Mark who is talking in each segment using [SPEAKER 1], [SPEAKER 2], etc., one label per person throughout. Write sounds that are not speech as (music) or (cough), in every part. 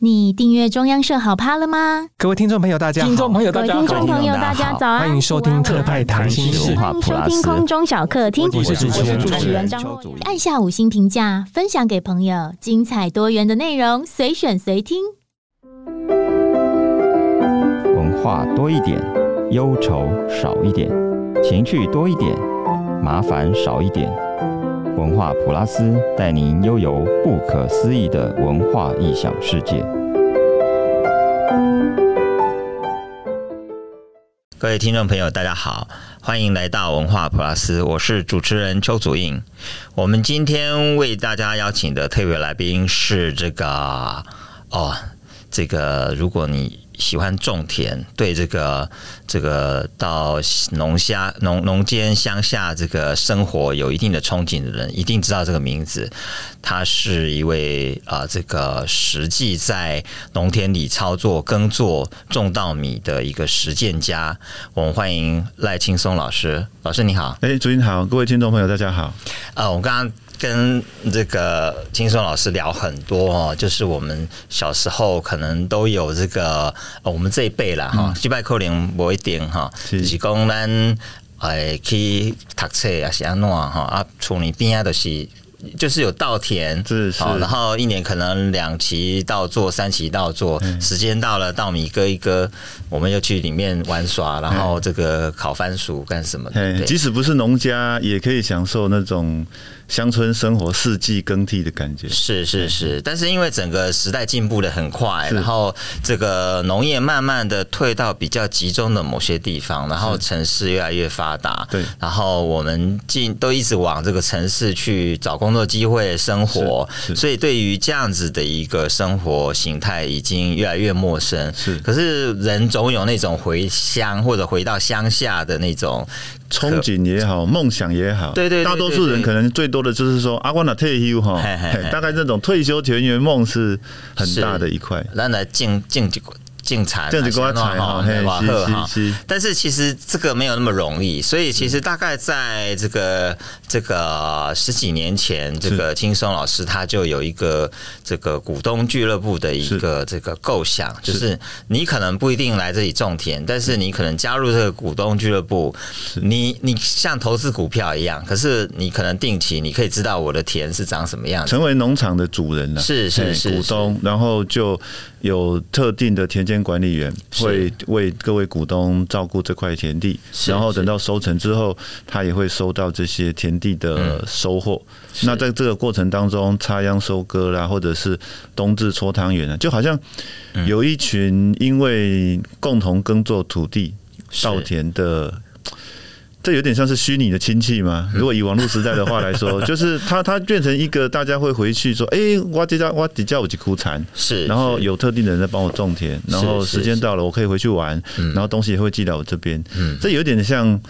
[SPEAKER 1] 你订阅中央社好趴了吗？
[SPEAKER 2] 各位听众朋友，大家好。
[SPEAKER 3] 听众朋友，
[SPEAKER 1] 各
[SPEAKER 3] 大
[SPEAKER 1] 位
[SPEAKER 3] 家
[SPEAKER 1] 听众
[SPEAKER 3] 好，
[SPEAKER 1] 朋友，大家早安，
[SPEAKER 2] 欢迎收听特派谈心
[SPEAKER 3] 事
[SPEAKER 1] 欢迎收听空中小客厅，
[SPEAKER 2] 我是主持人
[SPEAKER 1] 我是主持人张
[SPEAKER 2] 周
[SPEAKER 1] 若
[SPEAKER 2] 祖
[SPEAKER 1] 昀按下五星评价，分享给朋友，精彩多元的内容，随选随听。
[SPEAKER 4] 文化多一点，忧愁少一点，情趣多一点，麻烦少一点。文化普拉斯带您悠游不可思议的文化异想世界。
[SPEAKER 5] 各位听众朋友，大家好，欢迎来到文化普拉斯，我是主持人邱祖印。我们今天为大家邀请的特别来宾是这个哦，这个如果你喜欢种田，对这个这个到农下农农间乡下这个生活有一定的憧憬的人，一定知道这个名字。他是一位啊、呃这个实际在农田里操作耕作种稻米的一个实践家。我们欢迎赖青松老师，老师你好。
[SPEAKER 6] 哎，主音好，各位听众朋友，大家好。
[SPEAKER 5] 呃，我刚刚跟这个金松老师聊很多哦，就是我们小时候可能都有这个，呃、我们这一辈啦哈，击败扣零某一点哈，
[SPEAKER 6] 嗯是
[SPEAKER 5] 就是讲咱哎去读册啊，是安怎哈啊，厝里边啊都是。就是有稻田，
[SPEAKER 6] 是是
[SPEAKER 5] 好然后一年可能两期稻作、三期稻作，
[SPEAKER 6] 嗯
[SPEAKER 5] 时间到了，稻米割一割，我们又去里面玩耍，然后这个烤番薯干什么的，
[SPEAKER 6] 哎，
[SPEAKER 5] 对
[SPEAKER 6] 即使不是农家，也可以享受那种乡村生活四季更替的感觉。
[SPEAKER 5] 是是是，但是因为整个时代进步的很快，
[SPEAKER 6] 嗯是
[SPEAKER 5] 然后这个农业慢慢的退到比较集中的某些地方，然后城市越来越发达，
[SPEAKER 6] 对
[SPEAKER 5] 然后我们进都一直往这个城市去找工作机会、生活，
[SPEAKER 6] 是
[SPEAKER 5] 所以对于这样子的一个生活形态已经越来越陌生。
[SPEAKER 6] 是
[SPEAKER 5] 可是人总有那种回乡或者回到乡下的那种
[SPEAKER 6] 憧憬也好，梦想也好，
[SPEAKER 5] 对对对
[SPEAKER 6] 大多数人可能最多的就是说啊，我那退休哈
[SPEAKER 5] 嘿嘿嘿，
[SPEAKER 6] 大概这种退休田园梦是很大的一块，
[SPEAKER 5] 咱来种种一寡种菜，
[SPEAKER 6] 这样子给我采哈，嘿
[SPEAKER 5] 对吧？，好啊哈
[SPEAKER 6] 是是是，
[SPEAKER 5] 但是其实这个没有那么容易，所以其实大概在这个这个十几年前，这个青松老师他就有一个这个股东俱乐部的一个这个构想，就是你可能不一定来这里种田，但是你可能加入这个股东俱乐部，你你像投资股票一样，可是你可能定期你可以知道我的田是长什么样子，
[SPEAKER 6] 成为农场的主人啊了，
[SPEAKER 5] 是是
[SPEAKER 6] 嘿
[SPEAKER 5] 是
[SPEAKER 6] 股东，然后就有特定的田间管理员
[SPEAKER 5] 是
[SPEAKER 6] 会为各位股东照顾这块田地，
[SPEAKER 5] 是
[SPEAKER 6] 然后
[SPEAKER 5] 是
[SPEAKER 6] 等到收成之后，他也会收到这些田地
[SPEAKER 5] 嗯
[SPEAKER 6] 的收获。那在这个过程当中，插秧收割啦，或者是冬至搓汤圆啊，就好像
[SPEAKER 5] 嗯
[SPEAKER 6] 有一群因为共同耕作土地稻田的。这有点像是虚拟的亲戚吗？
[SPEAKER 5] 嗯
[SPEAKER 6] 如果以网络时代的话来
[SPEAKER 5] (laughs)
[SPEAKER 6] 说，就是它它变成一个大家会回去说，哎、我这家我底下有几枯残，
[SPEAKER 5] 是，
[SPEAKER 6] 然后
[SPEAKER 5] 是
[SPEAKER 6] 有特定的人在帮我种田，然后
[SPEAKER 5] 是嗯
[SPEAKER 6] 时间
[SPEAKER 5] 是
[SPEAKER 6] 到了我可以回去玩，然后东西也会寄到我这边，
[SPEAKER 5] 嗯
[SPEAKER 6] 这有点像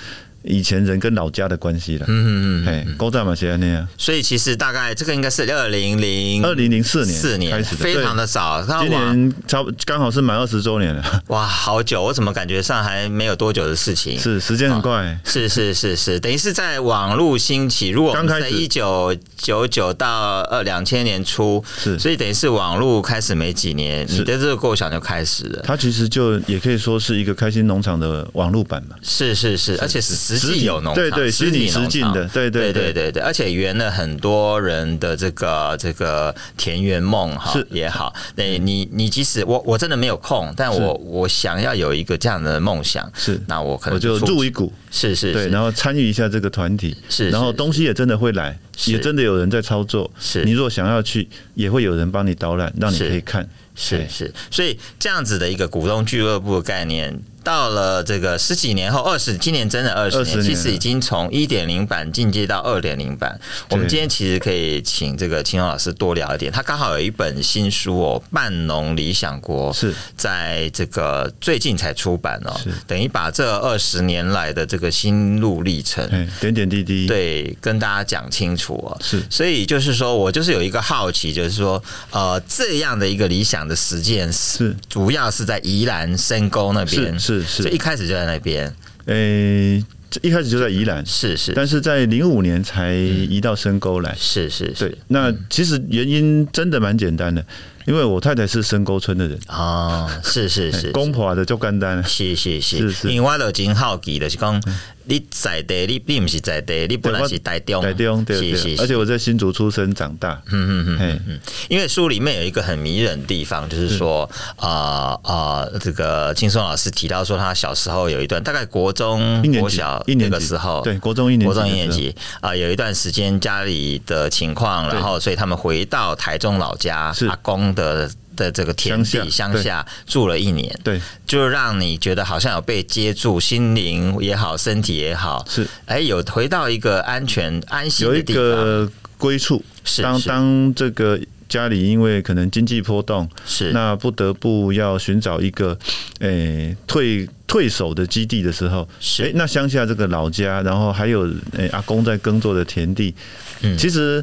[SPEAKER 6] 以前人跟老家的关系了。
[SPEAKER 5] 嗯嗯嗯，
[SPEAKER 6] 哎，高站嘛，写那样，
[SPEAKER 5] 所以其实大概这个应该是二零零
[SPEAKER 6] 二零零四年
[SPEAKER 5] 四年
[SPEAKER 6] 开始的，
[SPEAKER 5] 非常
[SPEAKER 6] 对
[SPEAKER 5] 的早，那
[SPEAKER 6] 今
[SPEAKER 5] 啊哇
[SPEAKER 6] 年差不刚好是满二十周年了，
[SPEAKER 5] 哇好久，我怎么感觉上还没有多久的事情？
[SPEAKER 6] 是时
[SPEAKER 5] 啊
[SPEAKER 6] 间很快、
[SPEAKER 5] 是是是是，等于是在网络兴起，如果我们
[SPEAKER 6] 刚开
[SPEAKER 5] 在
[SPEAKER 6] 始
[SPEAKER 5] 一九九九到二两千年初，
[SPEAKER 6] 是
[SPEAKER 5] 所以等于是网络开始没几年，
[SPEAKER 6] 是
[SPEAKER 5] 你的这个构想就开始了。
[SPEAKER 6] 它其实就也可以说是一个开心农场的网络版嘛。
[SPEAKER 5] 是是是，而且是实
[SPEAKER 6] 实
[SPEAKER 5] 际
[SPEAKER 6] 体
[SPEAKER 5] 有农场，
[SPEAKER 6] 对对
[SPEAKER 5] 实体
[SPEAKER 6] 虚拟实
[SPEAKER 5] 农
[SPEAKER 6] 境
[SPEAKER 5] 场
[SPEAKER 6] 的对对
[SPEAKER 5] 对对
[SPEAKER 6] 对
[SPEAKER 5] 对对，而且圆了很多人的这个这个田园梦哈
[SPEAKER 6] 是
[SPEAKER 5] 也好，对你你即使我我真的没有空，但我我想要有一个这样的梦想，
[SPEAKER 6] 是
[SPEAKER 5] 那我可能
[SPEAKER 6] 我就
[SPEAKER 5] 促
[SPEAKER 6] 入一股，
[SPEAKER 5] 是是
[SPEAKER 6] 对，
[SPEAKER 5] 是
[SPEAKER 6] 然后参与一下这个团体，
[SPEAKER 5] 是
[SPEAKER 6] 然后
[SPEAKER 5] 是
[SPEAKER 6] 东西也真的会来，
[SPEAKER 5] 是
[SPEAKER 6] 也真的有人在操作。
[SPEAKER 5] 是
[SPEAKER 6] 你如果想要去，也会有人帮你导览，让你
[SPEAKER 5] 是
[SPEAKER 6] 可以看。
[SPEAKER 5] 是
[SPEAKER 6] 对
[SPEAKER 5] 是，所以这样子的一个股东俱乐部的概念。到了这个十几年后，二十今年真的二十
[SPEAKER 6] 20
[SPEAKER 5] 年，
[SPEAKER 6] 年
[SPEAKER 5] 其实
[SPEAKER 6] 了
[SPEAKER 5] 已经从一点零版进阶到二点零版。我们今天其实可以请这个秦勇老师多聊一点，他刚好有一本新书哦，《半农理想国》
[SPEAKER 6] 是
[SPEAKER 5] 在这个最近才出版哦
[SPEAKER 6] 是，
[SPEAKER 5] 等于把这二十年来的这个心路历程，
[SPEAKER 6] 哎，点点滴滴，，
[SPEAKER 5] 对，跟大家讲清楚哦。
[SPEAKER 6] 是
[SPEAKER 5] 所以就是说我就是有一个好奇，就是说，呃，这样的一个理想的实践是
[SPEAKER 6] 是
[SPEAKER 5] 主要是在宜兰深沟那边，
[SPEAKER 6] 是是是
[SPEAKER 5] 所以一开始就在那边，
[SPEAKER 6] 哎，这一开始就在宜兰，
[SPEAKER 5] 是嗯是
[SPEAKER 6] 但是在零五年才移到深沟来。
[SPEAKER 5] 是是嗯
[SPEAKER 6] 对
[SPEAKER 5] 是，，
[SPEAKER 6] 那其实原因真的蛮简单的。因为我太太是深沟村的人，
[SPEAKER 5] 哦，是是是，
[SPEAKER 6] (laughs) 公婆的就简单了。
[SPEAKER 5] 是是
[SPEAKER 6] 是
[SPEAKER 5] 是，
[SPEAKER 6] 是
[SPEAKER 5] 因为我就真好奇，就是讲你在地，你你不是在地，你本来是台中，
[SPEAKER 6] 对对
[SPEAKER 5] 是
[SPEAKER 6] 对
[SPEAKER 5] 是
[SPEAKER 6] 对，
[SPEAKER 5] 是，
[SPEAKER 6] 而且我在新竹出生长大，
[SPEAKER 5] 嗯嗯嗯
[SPEAKER 6] 嘿，
[SPEAKER 5] 因为书里面有一个很迷人的地方，就是说
[SPEAKER 6] 嗯
[SPEAKER 5] 啊啊、呃这个金松老师提到说，他小时候有一段大概国中
[SPEAKER 6] 一、年级
[SPEAKER 5] 国小
[SPEAKER 6] 一年
[SPEAKER 5] 那个
[SPEAKER 6] 级
[SPEAKER 5] 时候，
[SPEAKER 6] 对国中一年级
[SPEAKER 5] 国中一
[SPEAKER 6] 的时
[SPEAKER 5] 年
[SPEAKER 6] 候
[SPEAKER 5] 级啊、有一段时间家里的情况，
[SPEAKER 6] 对
[SPEAKER 5] 然后所以他们回到台中老家
[SPEAKER 6] 是
[SPEAKER 5] 阿公的的这个田地
[SPEAKER 6] 乡下
[SPEAKER 5] 乡
[SPEAKER 6] 对
[SPEAKER 5] 下住了一年，
[SPEAKER 6] 对，
[SPEAKER 5] 就让你觉得好像有被接住，心灵也好，身体也好，
[SPEAKER 6] 是
[SPEAKER 5] 哎，有回到一个安全安息
[SPEAKER 6] 有
[SPEAKER 5] 的
[SPEAKER 6] 一
[SPEAKER 5] 地方，
[SPEAKER 6] 个归处。
[SPEAKER 5] 是
[SPEAKER 6] 当
[SPEAKER 5] 是
[SPEAKER 6] 当这个家里因为可能经济波动，
[SPEAKER 5] 是
[SPEAKER 6] 那不得不要寻找一个诶、退退守的基地的时候，
[SPEAKER 5] 是
[SPEAKER 6] 诶、哎那乡下这个老家，然后还有诶、阿公在耕作的田地，
[SPEAKER 5] 嗯
[SPEAKER 6] 其实，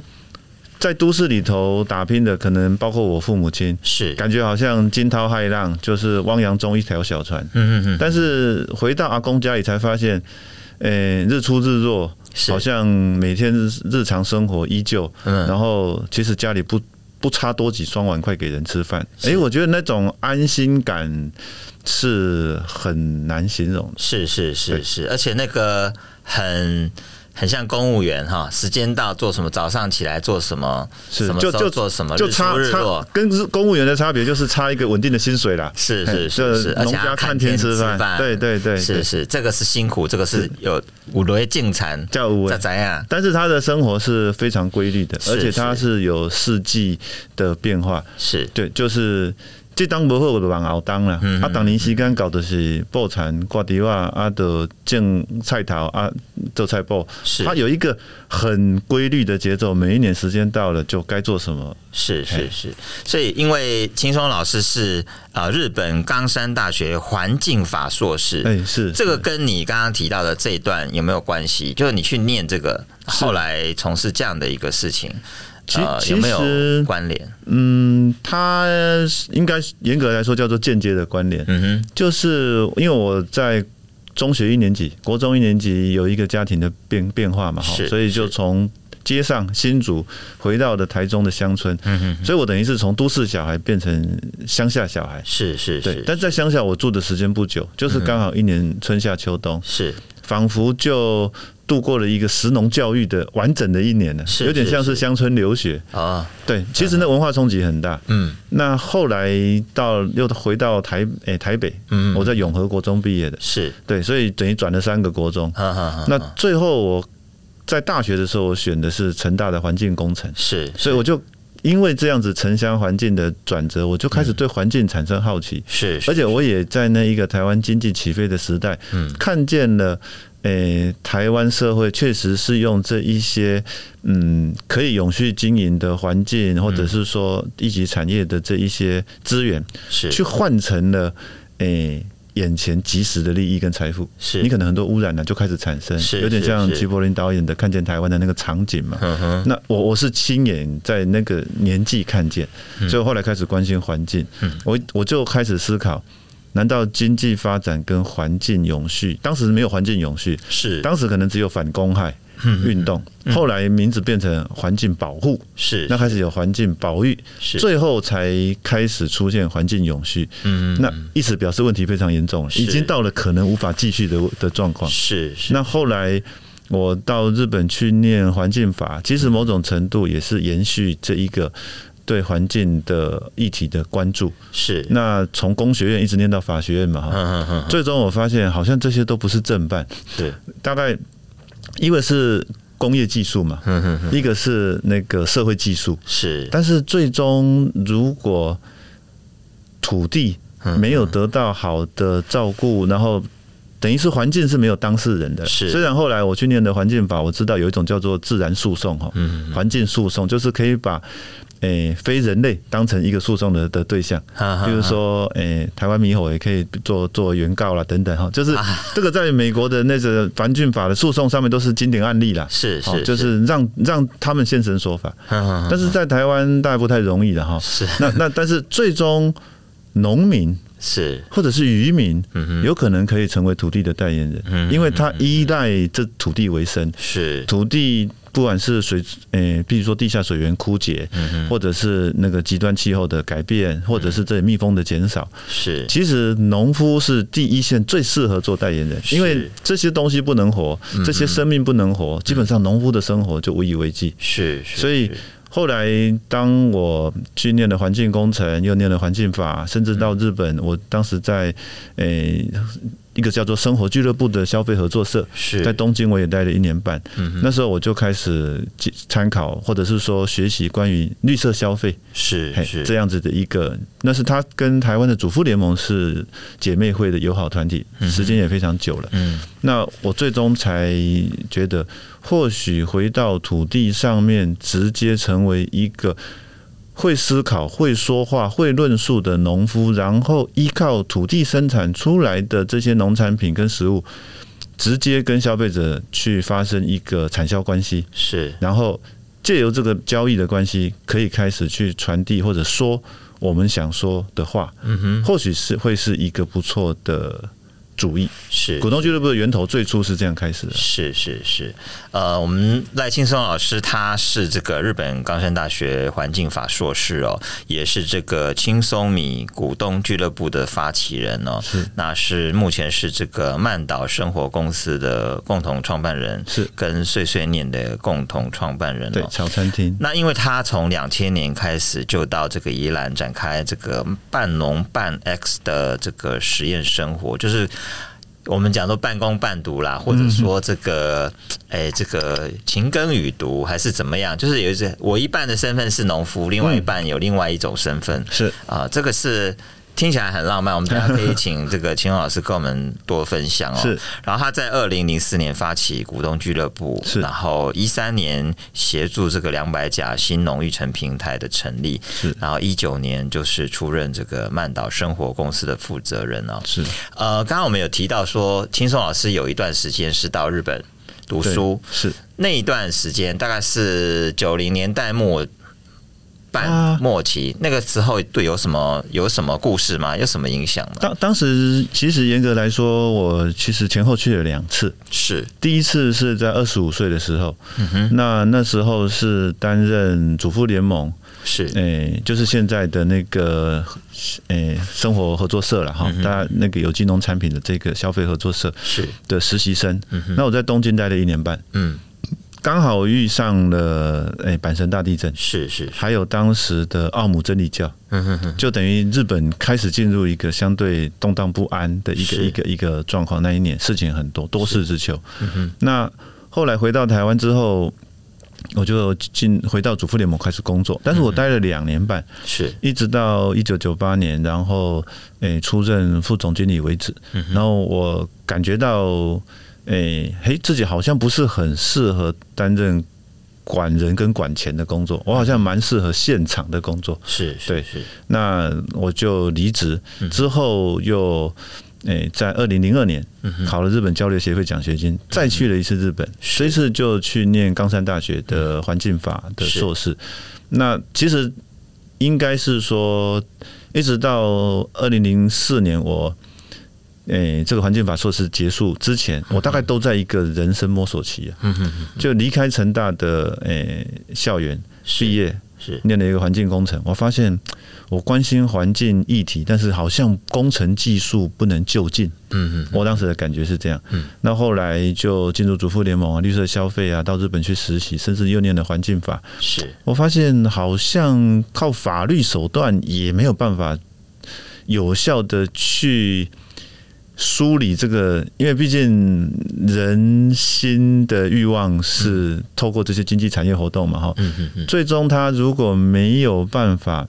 [SPEAKER 6] 在都市里头打拼的，可能包括我父母亲，
[SPEAKER 5] 是，嗯
[SPEAKER 6] 感觉好像惊涛骇浪，就是汪洋中一条小船。
[SPEAKER 5] 嗯嗯嗯，
[SPEAKER 6] 但是回到阿公家里才发现，诶、日出日落，
[SPEAKER 5] 是
[SPEAKER 6] 好像每天日日常生活依旧，
[SPEAKER 5] 嗯
[SPEAKER 6] 然后其实家里不不差多几双碗筷给人吃饭，诶，我觉得那种安心感是很难形容的。
[SPEAKER 5] 是是是
[SPEAKER 6] 对
[SPEAKER 5] 是，而且那个很很像公务员哈，时间到做什么，早上起来做什么，
[SPEAKER 6] 是
[SPEAKER 5] 什么时
[SPEAKER 6] 就
[SPEAKER 5] 候
[SPEAKER 6] 就
[SPEAKER 5] 做什么，
[SPEAKER 6] 就
[SPEAKER 5] 日
[SPEAKER 6] 差
[SPEAKER 5] 出日
[SPEAKER 6] 差
[SPEAKER 5] 落。
[SPEAKER 6] 跟公务员的差别就是差一个稳定的薪水啦，
[SPEAKER 5] 是
[SPEAKER 6] 嘿
[SPEAKER 5] 是是是，
[SPEAKER 6] 就
[SPEAKER 5] 而
[SPEAKER 6] 农
[SPEAKER 5] 且还要
[SPEAKER 6] 家
[SPEAKER 5] 看
[SPEAKER 6] 看天吃
[SPEAKER 5] 饭，
[SPEAKER 6] 饭，对对对，
[SPEAKER 5] 是
[SPEAKER 6] 对
[SPEAKER 5] 是，这个是辛苦，这个是有五雷进产，
[SPEAKER 6] 叫五
[SPEAKER 5] 这怎样？
[SPEAKER 6] 但是他的生活是非常规律的，
[SPEAKER 5] 是
[SPEAKER 6] 而且他是有四季的变化。
[SPEAKER 5] 是
[SPEAKER 6] 对，就是这当不好就往后当啦。
[SPEAKER 5] 嗯嗯
[SPEAKER 6] 啊，当年时间搞的是布田、挂地袜啊，的种菜头啊，做菜布，
[SPEAKER 5] 是
[SPEAKER 6] 它有一个很规律的节奏，每一年时间到了就该做什么。
[SPEAKER 5] 是是
[SPEAKER 6] 嘿
[SPEAKER 5] 是，所以因为秦松老师是啊日本冈山大学环境法硕士，
[SPEAKER 6] 哎、是
[SPEAKER 5] 这个跟你刚刚提到的这一段有没有关系？就是你去念这个，后来从事这样的一个事情，
[SPEAKER 6] 其
[SPEAKER 5] 呃，
[SPEAKER 6] 其
[SPEAKER 5] 有没有
[SPEAKER 6] 实，
[SPEAKER 5] 关联？
[SPEAKER 6] 嗯，它应该严格来说叫做间接的关联。
[SPEAKER 5] 嗯哼，
[SPEAKER 6] 就是因为我在中学一年级、国中一年级有一个家庭的变变化嘛，哈
[SPEAKER 5] 是，
[SPEAKER 6] 所以就是从街上新竹回到了台中的乡村，
[SPEAKER 5] 嗯哼，
[SPEAKER 6] 所以我等于是从都市小孩变成乡下小孩。
[SPEAKER 5] 是是
[SPEAKER 6] 对
[SPEAKER 5] 是，，嗯
[SPEAKER 6] 但在乡下我住的时间不久，就是刚好一年春夏秋冬，
[SPEAKER 5] 是
[SPEAKER 6] 仿佛就度过了一个食农教育的完整的一年了，
[SPEAKER 5] 是
[SPEAKER 6] 有点像
[SPEAKER 5] 是
[SPEAKER 6] 是
[SPEAKER 5] 是
[SPEAKER 6] 乡村留学。
[SPEAKER 5] 啊，
[SPEAKER 6] 对，其实那文化冲击很大。
[SPEAKER 5] 嗯
[SPEAKER 6] 那后来到又回到台诶、台北，
[SPEAKER 5] 嗯，
[SPEAKER 6] 我在永和国中毕业的，
[SPEAKER 5] 是，
[SPEAKER 6] 对，所以等于转了三个国中。
[SPEAKER 5] 哈哈哈，
[SPEAKER 6] 那最后我在大学的时候，我选的是成大的环境工程，
[SPEAKER 5] 是
[SPEAKER 6] 所以我就因为这样子城乡环境的转折，我就开始对环境产生好奇，
[SPEAKER 5] 是，
[SPEAKER 6] 而且我也在那一个台湾经济起飞的时代，
[SPEAKER 5] 嗯
[SPEAKER 6] 看见了。诶、台湾社会确实是用这一些嗯可以永续经营的环境，或者是说一级产业的这一些资源，
[SPEAKER 5] 是
[SPEAKER 6] 去
[SPEAKER 5] 是
[SPEAKER 6] 换成了诶、眼前即时的利益跟财富。
[SPEAKER 5] 是
[SPEAKER 6] 你可能很多污染呢、啊就开始产生
[SPEAKER 5] 是，
[SPEAKER 6] 有点
[SPEAKER 5] 是
[SPEAKER 6] 像
[SPEAKER 5] 是
[SPEAKER 6] 齐柏林导演的《看见台湾》的那个场景嘛。
[SPEAKER 5] 嗯哼，
[SPEAKER 6] 那我我是亲眼在那个年纪看见，
[SPEAKER 5] 嗯
[SPEAKER 6] 所以我后来开始关心环境。我我就开始思考，难道经济发展跟环境永续？当时没有环境永续，
[SPEAKER 5] 是嗯
[SPEAKER 6] 当时可能只有反公害运动，后来名字变成环境保护，
[SPEAKER 5] 是
[SPEAKER 6] 那开始有环境保育，
[SPEAKER 5] 是
[SPEAKER 6] 最后才开始出现环境永续。
[SPEAKER 5] 嗯
[SPEAKER 6] 那意思表示问题非常严重了，
[SPEAKER 5] 是
[SPEAKER 6] 已经到了可能无法继续的的状况。
[SPEAKER 5] 是是
[SPEAKER 6] 那后来我到日本去念环境法，其实某种程度也是延续这一个。对环境的议题的关注，
[SPEAKER 5] 是，
[SPEAKER 6] 那从工学院一直念到法学院嘛，哈、
[SPEAKER 5] 嗯哼
[SPEAKER 6] 最终我发现好像这些都不是正办，
[SPEAKER 5] 是
[SPEAKER 6] 大概一个是工业技术嘛，
[SPEAKER 5] 嗯哼哼
[SPEAKER 6] 一个是那个社会技术，
[SPEAKER 5] 是
[SPEAKER 6] 但是最终如果土地
[SPEAKER 5] 嗯
[SPEAKER 6] 没有得到好的照顾，然后等于是环境是没有当事人的。
[SPEAKER 5] 是
[SPEAKER 6] 虽然后来我去念的环境法，我知道有一种叫做自然诉讼哈，
[SPEAKER 5] 嗯
[SPEAKER 6] 环境诉讼就是可以把。诶、非人类当成一个诉讼的的对象，
[SPEAKER 5] 哈哈
[SPEAKER 6] 比如说，诶、台湾猕猴也可以做做原告啦，等等哈，就是
[SPEAKER 5] 啊
[SPEAKER 6] 这个在美国的那个环境法的诉讼上面都是经典案例啦，
[SPEAKER 5] 是
[SPEAKER 6] 哦
[SPEAKER 5] 是
[SPEAKER 6] 就是让让他们现身说法。
[SPEAKER 5] 嗯哼哼
[SPEAKER 6] 但是在台湾大概不太容易的哈。
[SPEAKER 5] 是
[SPEAKER 6] 那那但是最终农民
[SPEAKER 5] 是，
[SPEAKER 6] 或者是渔民，
[SPEAKER 5] 嗯哼，
[SPEAKER 6] 有可能可以成为土地的代言人，
[SPEAKER 5] 嗯
[SPEAKER 6] 因为他依赖这土地为生，
[SPEAKER 5] 是，
[SPEAKER 6] 土地不管是水，诶、比如说地下水源枯竭，
[SPEAKER 5] 嗯哼，
[SPEAKER 6] 或者是那个极端气候的改变，或者是这里蜜蜂的减少，
[SPEAKER 5] 嗯是，
[SPEAKER 6] 其实农夫是第一线最适合做代言人，
[SPEAKER 5] 是嗯
[SPEAKER 6] 因为这些东西不能活，这些生命不能活，基本上农夫的生活就无以为继。
[SPEAKER 5] 是，是
[SPEAKER 6] 所以
[SPEAKER 5] 是
[SPEAKER 6] 后来，当我去念了环境工程，又念了环境法，甚至到日本，我当时在诶、一个叫做生活俱乐部的消费合作社，
[SPEAKER 5] 是
[SPEAKER 6] 在东京我也待了一年半。那时候我就开始接参考，或者是说学习关于绿色消费，嘿
[SPEAKER 5] 是是
[SPEAKER 6] 这样子的一个。那是他跟台湾的主妇联盟是姐妹会的友好团体，时间也非常久了。
[SPEAKER 5] 嗯
[SPEAKER 6] 那我最终才觉得，或许回到土地上面，直接成为一个会思考、会说话、会论述的农夫，然后依靠土地生产出来的这些农产品跟食物，直接跟消费者去发生一个产销关系，
[SPEAKER 5] 是
[SPEAKER 6] 然后借由这个交易的关系，可以开始去传递或者说我们想说的话，
[SPEAKER 5] 嗯哼
[SPEAKER 6] 或许是会是一个不错的主意。
[SPEAKER 5] 是
[SPEAKER 6] 股东俱乐部的源头最初是这样开始的。
[SPEAKER 5] 是是是，呃，我们赖青松老师他是这个日本冈山大学环境法硕士哦，也是这个青松米股东俱乐部的发起人哦，
[SPEAKER 6] 是
[SPEAKER 5] 那是目前是这个曼岛生活公司的共同创办人，
[SPEAKER 6] 是
[SPEAKER 5] 跟碎碎念的共同创办人
[SPEAKER 6] 对
[SPEAKER 5] 哦，。
[SPEAKER 6] 炒餐厅
[SPEAKER 5] 那因为他从两千年开始就到这个宜兰展开这个半农半 X 的这个实验生活，就是我们讲说半工半读啦，或者说这
[SPEAKER 6] 嗯
[SPEAKER 5] 个哎、这个勤耕与读还是怎么样，就是有一些我一半的身份是农夫，另外一半有另外一种身份
[SPEAKER 6] 是
[SPEAKER 5] 啊、这个是。听起来很浪漫，我们等一下可以请这个秦老师跟我们多分享
[SPEAKER 6] (laughs)
[SPEAKER 5] 哦。
[SPEAKER 6] 是
[SPEAKER 5] 然后他在二零零四年发起股东俱乐部，
[SPEAKER 6] 是
[SPEAKER 5] 然后一三年协助这个两百甲新农育成平台的成立，
[SPEAKER 6] 是
[SPEAKER 5] 然后一九年就是出任这个曼岛生活公司的负责人哦。
[SPEAKER 6] 是
[SPEAKER 5] 呃，刚刚我们有提到说，青松老师有一段时间是到日本读
[SPEAKER 6] 对
[SPEAKER 5] 书，
[SPEAKER 6] 是
[SPEAKER 5] 那一段时间大概是九零年代末。半
[SPEAKER 6] 啊
[SPEAKER 5] 末期、那个时候，对有什么有什么故事吗？有什么影响吗？
[SPEAKER 6] 当当时其实严格来说，我其实前后去了两次。
[SPEAKER 5] 是，
[SPEAKER 6] 第一次是在二十五岁的时候，
[SPEAKER 5] 嗯哼，
[SPEAKER 6] 那那时候是担任主妇联盟，
[SPEAKER 5] 是，
[SPEAKER 6] 诶、就是现在的那个诶、生活合作社了
[SPEAKER 5] 嗯
[SPEAKER 6] 哈，大家那个有机农产品的这个消费合作社
[SPEAKER 5] 是，
[SPEAKER 6] 的实习生。
[SPEAKER 5] 嗯哼，
[SPEAKER 6] 那我在东京待了一年半，
[SPEAKER 5] 嗯，
[SPEAKER 6] 刚好遇上了诶、阪神大地震，
[SPEAKER 5] 是是，是
[SPEAKER 6] 还有当时的奥姆真理教。
[SPEAKER 5] 嗯哼哼，
[SPEAKER 6] 就等于日本开始进入一个相对动荡不安的一个
[SPEAKER 5] 是
[SPEAKER 6] 一个一个状况。那一年事情很多，多事之秋。
[SPEAKER 5] 嗯哼，
[SPEAKER 6] 那后来回到台湾之后，我就进回到主妇联盟开始工作，但是我待了两年半，
[SPEAKER 5] 是，
[SPEAKER 6] 一直到一九九八年，然后诶、出任副总经理为止。然后我感觉到诶、嘿，自己好像不是很适合担任管人跟管钱的工作，我好像蛮适合现场的工作。
[SPEAKER 5] 是，嗯是
[SPEAKER 6] 对
[SPEAKER 5] 是，
[SPEAKER 6] 那我就离职，之后又诶、在二零零二年
[SPEAKER 5] 嗯
[SPEAKER 6] 考了日本交流协会奖学金，再去了一次日本，这次就去念冈山大学的环境法的硕士。那其实应该是说，一直到二零零四年我。诶、这个环境法硕士结束之前，我大概都在一个人生摸索期、啊，
[SPEAKER 5] 嗯哼哼，
[SPEAKER 6] 就离开成大的诶、校园
[SPEAKER 5] 是
[SPEAKER 6] 毕业，
[SPEAKER 5] 是，
[SPEAKER 6] 念了一个环境工程，我发现我关心环境议题，但是好像工程技术不能就近。
[SPEAKER 5] 嗯哼，
[SPEAKER 6] 我当时的感觉是这样。
[SPEAKER 5] 嗯
[SPEAKER 6] 那后来就进入主妇联盟啊、绿色消费啊，到日本去实习，甚至又念了环境法。
[SPEAKER 5] 是，
[SPEAKER 6] 我发现好像靠法律手段也没有办法有效的去梳理这个，因为毕竟人心的欲望是透过这些经济产业活动嘛，哈、
[SPEAKER 5] 嗯哼哼，
[SPEAKER 6] 最终他如果没有办法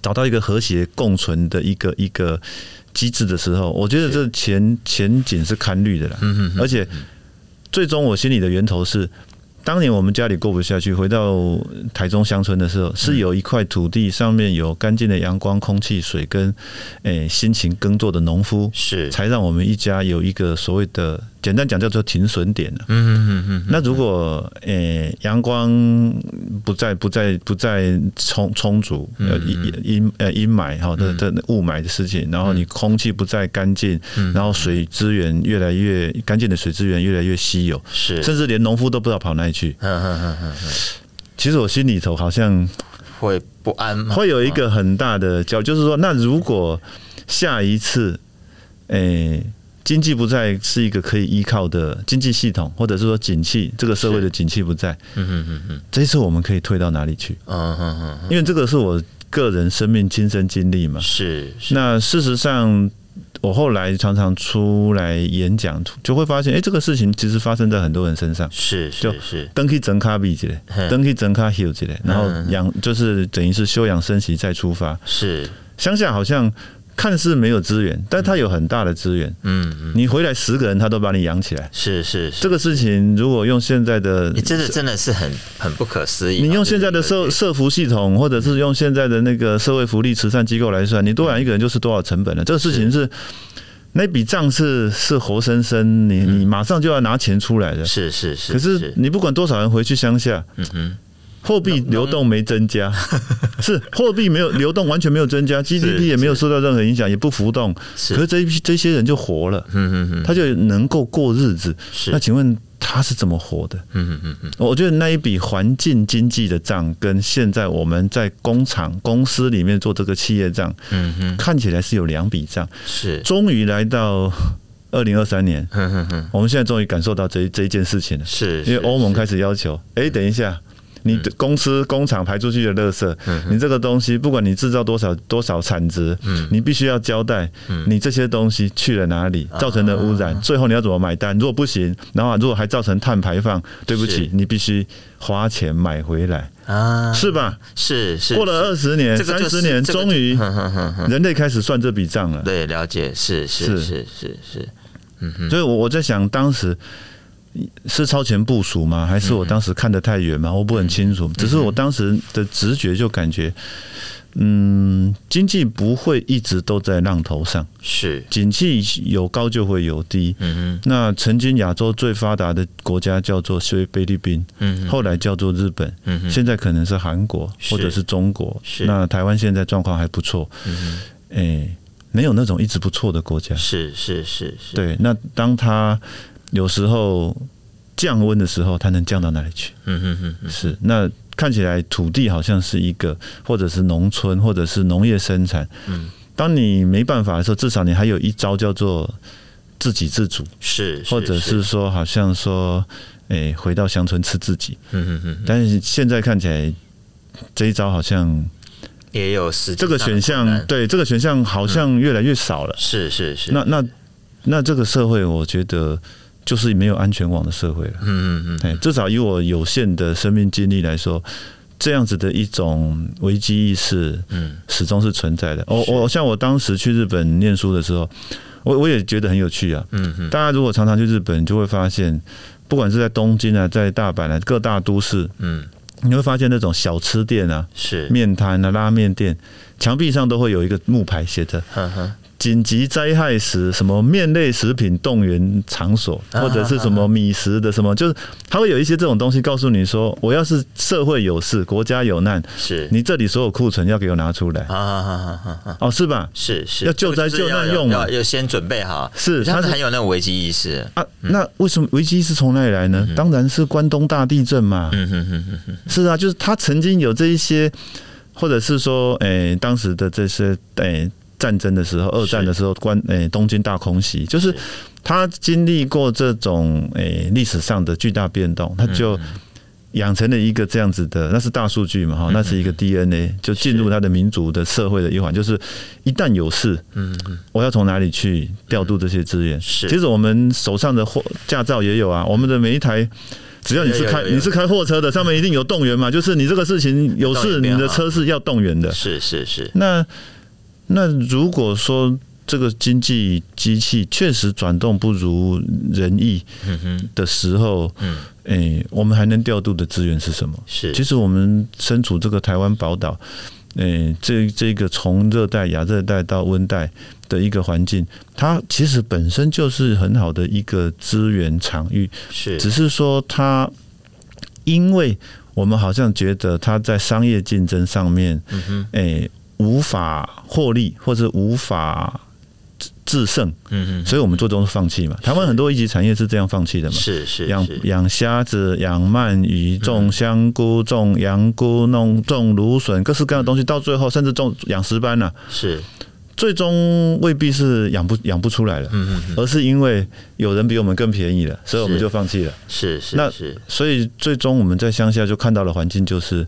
[SPEAKER 6] 找到一个和谐共存的一个一个机制的时候，我觉得这前前景是堪虑的啦。
[SPEAKER 5] 嗯哼哼，
[SPEAKER 6] 而且最终我心里的源头是，当年我们家里过不下去，回到台中乡村的
[SPEAKER 5] 嗯
[SPEAKER 6] 时候，是有一块土地上面有干净的阳光、空气、水跟诶辛勤耕作的农夫，
[SPEAKER 5] 是，
[SPEAKER 6] 才让我们一家有一个所谓的简单讲叫做停损点了。
[SPEAKER 5] 嗯嗯嗯
[SPEAKER 6] 那如果呃阳光不再不再不再充充足，呃阴阴呃阴霾哈，
[SPEAKER 5] 嗯
[SPEAKER 6] 这这雾霾的事情，然后你空气不再干净，
[SPEAKER 5] 嗯
[SPEAKER 6] 然后水资源越来越干净的水资源越来越稀有，
[SPEAKER 5] 是，
[SPEAKER 6] 甚至连农夫都不知道跑哪里去。
[SPEAKER 5] 嗯嗯嗯嗯，
[SPEAKER 6] 其实我心里头好像
[SPEAKER 5] 会不安吗？
[SPEAKER 6] 会有一个很大的焦，就是说，那如果下一次，诶、经济不再是一个可以依靠的经济系统，或者是说景气，这个社会的景气不在，
[SPEAKER 5] 嗯嗯嗯嗯
[SPEAKER 6] 这一次我们可以退到哪里去？
[SPEAKER 5] 嗯嗯嗯，
[SPEAKER 6] 因为这个是我个人生命亲身经历嘛。
[SPEAKER 5] 是是，
[SPEAKER 6] 那事实上，我后来常常出来演讲，就会发现，诶、哎这个事情其实发生在很多人身上。
[SPEAKER 5] 是
[SPEAKER 6] 就是
[SPEAKER 5] 是，
[SPEAKER 6] 登去整卡比之类，
[SPEAKER 5] 嘿
[SPEAKER 6] 登去整卡 hill 之类，然后
[SPEAKER 5] 嗯
[SPEAKER 6] 养就是等于是休养生息再出发。
[SPEAKER 5] 是，
[SPEAKER 6] 乡下好像看似没有资源，但它有很大的资源。
[SPEAKER 5] 嗯嗯，
[SPEAKER 6] 你回来十个人，他都把你养起来。
[SPEAKER 5] 是是是，
[SPEAKER 6] 这个事情如果用现在的
[SPEAKER 5] 你，真的真的是很很不可思议啊。
[SPEAKER 6] 你用现在的社
[SPEAKER 5] 这
[SPEAKER 6] 社福系统，或者是用现在的那个社会福利慈善机构来算，你多养一个人就是多少成本了。这个事情是那笔账是是活生生，你
[SPEAKER 5] 嗯
[SPEAKER 6] 你马上就要拿钱出来的
[SPEAKER 5] 个。是是是，
[SPEAKER 6] 可是你不管多少人回去乡下，
[SPEAKER 5] 嗯哼，
[SPEAKER 6] 货币流动没增加， (laughs) 是货币没有流动，完全没有增加，GDP 也没有受到任何影响，也不浮动。
[SPEAKER 5] 是
[SPEAKER 6] 可是这一批这些人就活了，
[SPEAKER 5] 嗯嗯嗯，
[SPEAKER 6] 他就能够过日子。
[SPEAKER 5] 是
[SPEAKER 6] 那请问他是怎么活的？
[SPEAKER 5] 嗯嗯嗯
[SPEAKER 6] 我觉得那一笔环境经济的账，跟现在我们在工厂、公司里面做这个企业账，
[SPEAKER 5] 嗯嗯，
[SPEAKER 6] 看起来是有两笔账。
[SPEAKER 5] 是，
[SPEAKER 6] 终于来到二零二三年，
[SPEAKER 5] 嗯嗯嗯，
[SPEAKER 6] 我们现在终于感受到这一这一件事情了。
[SPEAKER 5] 是，
[SPEAKER 6] 因为
[SPEAKER 5] 是嗯
[SPEAKER 6] 欧盟开始要求，哎、等一下，你的公司工厂排出去的垃圾，
[SPEAKER 5] 嗯
[SPEAKER 6] 你这个东西不管你制造多少多少产值，
[SPEAKER 5] 嗯
[SPEAKER 6] 你必须要交代你这些东西去了哪里，
[SPEAKER 5] 啊
[SPEAKER 6] 造成的污染，最后你要怎么买单？如果不行，然后如果还造成碳排放，对不
[SPEAKER 5] 是
[SPEAKER 6] 起，你必须花钱买回来，
[SPEAKER 5] 啊，
[SPEAKER 6] 是吧？
[SPEAKER 5] 是是，
[SPEAKER 6] 过了
[SPEAKER 5] 是
[SPEAKER 6] 二十年、
[SPEAKER 5] 这个
[SPEAKER 6] 三
[SPEAKER 5] 就是
[SPEAKER 6] 十年，
[SPEAKER 5] 这个
[SPEAKER 6] 终于
[SPEAKER 5] (laughs) 哼哼哼哼
[SPEAKER 6] 人类开始算这笔账了。
[SPEAKER 5] 对，了解，是是
[SPEAKER 6] 是
[SPEAKER 5] 是是是，
[SPEAKER 6] 所以，我我在想，当时是超前部署吗？还是我当时看得太远吗？我
[SPEAKER 5] 嗯
[SPEAKER 6] 不很清楚。只是我当时的直觉就感觉，嗯，经济不会一直都在浪头上，
[SPEAKER 5] 是，
[SPEAKER 6] 景气有高就会有低。
[SPEAKER 5] 嗯
[SPEAKER 6] 那曾经亚洲最发达的国家叫做菲律宾，
[SPEAKER 5] 哼嗯哼
[SPEAKER 6] 后来叫做日本，
[SPEAKER 5] 嗯哼，
[SPEAKER 6] 现在可能是韩国
[SPEAKER 5] 是
[SPEAKER 6] 或者是中国。
[SPEAKER 5] 是
[SPEAKER 6] 那台湾现在状况还不错，
[SPEAKER 5] 嗯
[SPEAKER 6] 诶，没有那种一直不错的国家
[SPEAKER 5] 哼。是是是是，
[SPEAKER 6] 对，那当它有时候降温的时候，它能降到哪里去？
[SPEAKER 5] 嗯哼哼哼，
[SPEAKER 6] 是那看起来土地好像是一个，或者是农村，或者是农业生产。
[SPEAKER 5] 嗯，
[SPEAKER 6] 当你没办法的时候，至少你还有一招叫做自给自足，
[SPEAKER 5] 是，
[SPEAKER 6] 或者是说好像说，诶、回到乡村吃自己。
[SPEAKER 5] 嗯哼哼哼，
[SPEAKER 6] 但是现在看起来。这一招好像
[SPEAKER 5] 也有实际
[SPEAKER 6] 这个
[SPEAKER 5] 上的
[SPEAKER 6] 选
[SPEAKER 5] 困
[SPEAKER 6] 项，
[SPEAKER 5] 难，嗯
[SPEAKER 6] 对这个选项好像越来越少了。
[SPEAKER 5] 是是是，
[SPEAKER 6] 那那那这个社会，我觉得就是没有安全网的社会了。
[SPEAKER 5] 嗯嗯嗯，
[SPEAKER 6] 哎，至少以我有限的生命经历来说，这样子的一种危机意识
[SPEAKER 5] 嗯
[SPEAKER 6] 始终是存在的。我我像我当时去日本念书的时候，我我也觉得很有趣啊。
[SPEAKER 5] 嗯嗯，
[SPEAKER 6] 大家如果常常去日本，就会发现，不管是在东京啊，在大阪啊，各大都市，
[SPEAKER 5] 嗯
[SPEAKER 6] 你会发现那种小吃店啊、
[SPEAKER 5] 是，
[SPEAKER 6] 面摊啊、拉面店，墙壁上都会有一个木牌写着
[SPEAKER 5] 哼哼，
[SPEAKER 6] 紧急灾害时，什么面类食品动员场所，
[SPEAKER 5] 啊
[SPEAKER 6] 或者是什么米食的什么，就是它会有一些这种东西告诉你说，我要是社会有事，国家有难，
[SPEAKER 5] 是，
[SPEAKER 6] 你这里所有库存要给我拿出来
[SPEAKER 5] 啊，啊啊啊啊啊，
[SPEAKER 6] 哦，是吧？
[SPEAKER 5] 是是，
[SPEAKER 6] 要救灾
[SPEAKER 5] 这个就是
[SPEAKER 6] 救难
[SPEAKER 5] 要
[SPEAKER 6] 用嘛
[SPEAKER 5] 要要先准备好，
[SPEAKER 6] 是
[SPEAKER 5] 他
[SPEAKER 6] 它
[SPEAKER 5] 们
[SPEAKER 6] 是
[SPEAKER 5] 很有那种危机意识，
[SPEAKER 6] 啊，那为什么危机是从哪里来呢？当然是关东大地震嘛。
[SPEAKER 5] 嗯哼哼哼哼，
[SPEAKER 6] 是啊，就是他曾经有这一些，或者是说，诶、当时的这些，诶、战争的时候，二战的时候，关诶、东京大空袭，就是他经历过这种诶历、史上的巨大变动，他
[SPEAKER 5] 嗯
[SPEAKER 6] 就养成了一个这样子的，那是大数据嘛，哈，那是
[SPEAKER 5] 嗯
[SPEAKER 6] 一个 DNA，就进入他的民族的社会的一环，就是一旦有事，
[SPEAKER 5] 嗯嗯
[SPEAKER 6] 我要从哪里去调度这些资源？
[SPEAKER 5] 是
[SPEAKER 6] 其实我们手上的货驾照也有啊，我们的每一台。只要你是开
[SPEAKER 5] 有有有有
[SPEAKER 6] 你是开货车的，上面一定有动员嘛，就是你这个事情有事，
[SPEAKER 5] 动员编
[SPEAKER 6] 你
[SPEAKER 5] 号
[SPEAKER 6] 的车是要动员的。
[SPEAKER 5] 是是是，
[SPEAKER 6] 那那如果说这个经济机器确实转动不如人意
[SPEAKER 5] 嗯哼，
[SPEAKER 6] 的时候，
[SPEAKER 5] 嗯
[SPEAKER 6] 诶、我们还能调度的资源是什么？
[SPEAKER 5] 是，
[SPEAKER 6] 其实我们身处这个台湾宝岛，诶、这这个从热带、亚热带到温带的一个环境，它其实本身就是很好的一个资源场域，
[SPEAKER 5] 是
[SPEAKER 6] 只是说它因为我们好像觉得它在商业竞争上面，
[SPEAKER 5] 嗯
[SPEAKER 6] 诶、无法获利或者无法制制胜，
[SPEAKER 5] 嗯
[SPEAKER 6] 所以我们最终是放弃嘛。台湾很多一级产业是这样放弃的
[SPEAKER 5] 嗯，
[SPEAKER 6] 嘛。
[SPEAKER 5] 是是
[SPEAKER 6] 养
[SPEAKER 5] 是，嗯
[SPEAKER 6] 养虾子、养鳗鱼、种香菇、种羊菇、弄种芦笋，各式各样的
[SPEAKER 5] 嗯
[SPEAKER 6] 东西，到最后甚至种养石斑了、啊
[SPEAKER 5] 是
[SPEAKER 6] 最终未必是养不养不出来了，
[SPEAKER 5] 嗯嗯
[SPEAKER 6] 而是因为有人比我们更便宜了，所以我们
[SPEAKER 5] 是
[SPEAKER 6] 就放弃了。
[SPEAKER 5] 是是
[SPEAKER 6] 那
[SPEAKER 5] 是，
[SPEAKER 6] 所以最终我们在乡下就看到的环境就是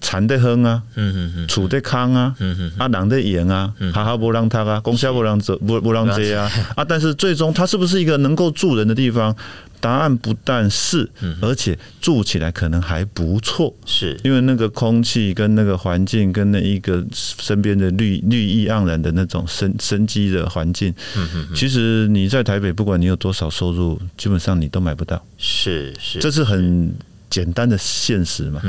[SPEAKER 6] 蚕的哼啊，
[SPEAKER 5] 嗯嗯嗯
[SPEAKER 6] 楚的康啊，
[SPEAKER 5] 嗯嗯，
[SPEAKER 6] 啊，人的盐啊，哈哈波浪他啊，公虾波浪泽波波浪街啊啊！但是最终它是不是一个能够住人的地方？答案不但是，
[SPEAKER 5] 嗯
[SPEAKER 6] 而且住起来可能还不错，
[SPEAKER 5] 是
[SPEAKER 6] 因为那个空气跟那个环境跟那一个身边的绿绿意盎然的那种生生机的环境，
[SPEAKER 5] 嗯
[SPEAKER 6] 其实你在台北，不管你有多少收入，基本上你都买不到。
[SPEAKER 5] 是是，
[SPEAKER 6] 这是很简单的现实嘛。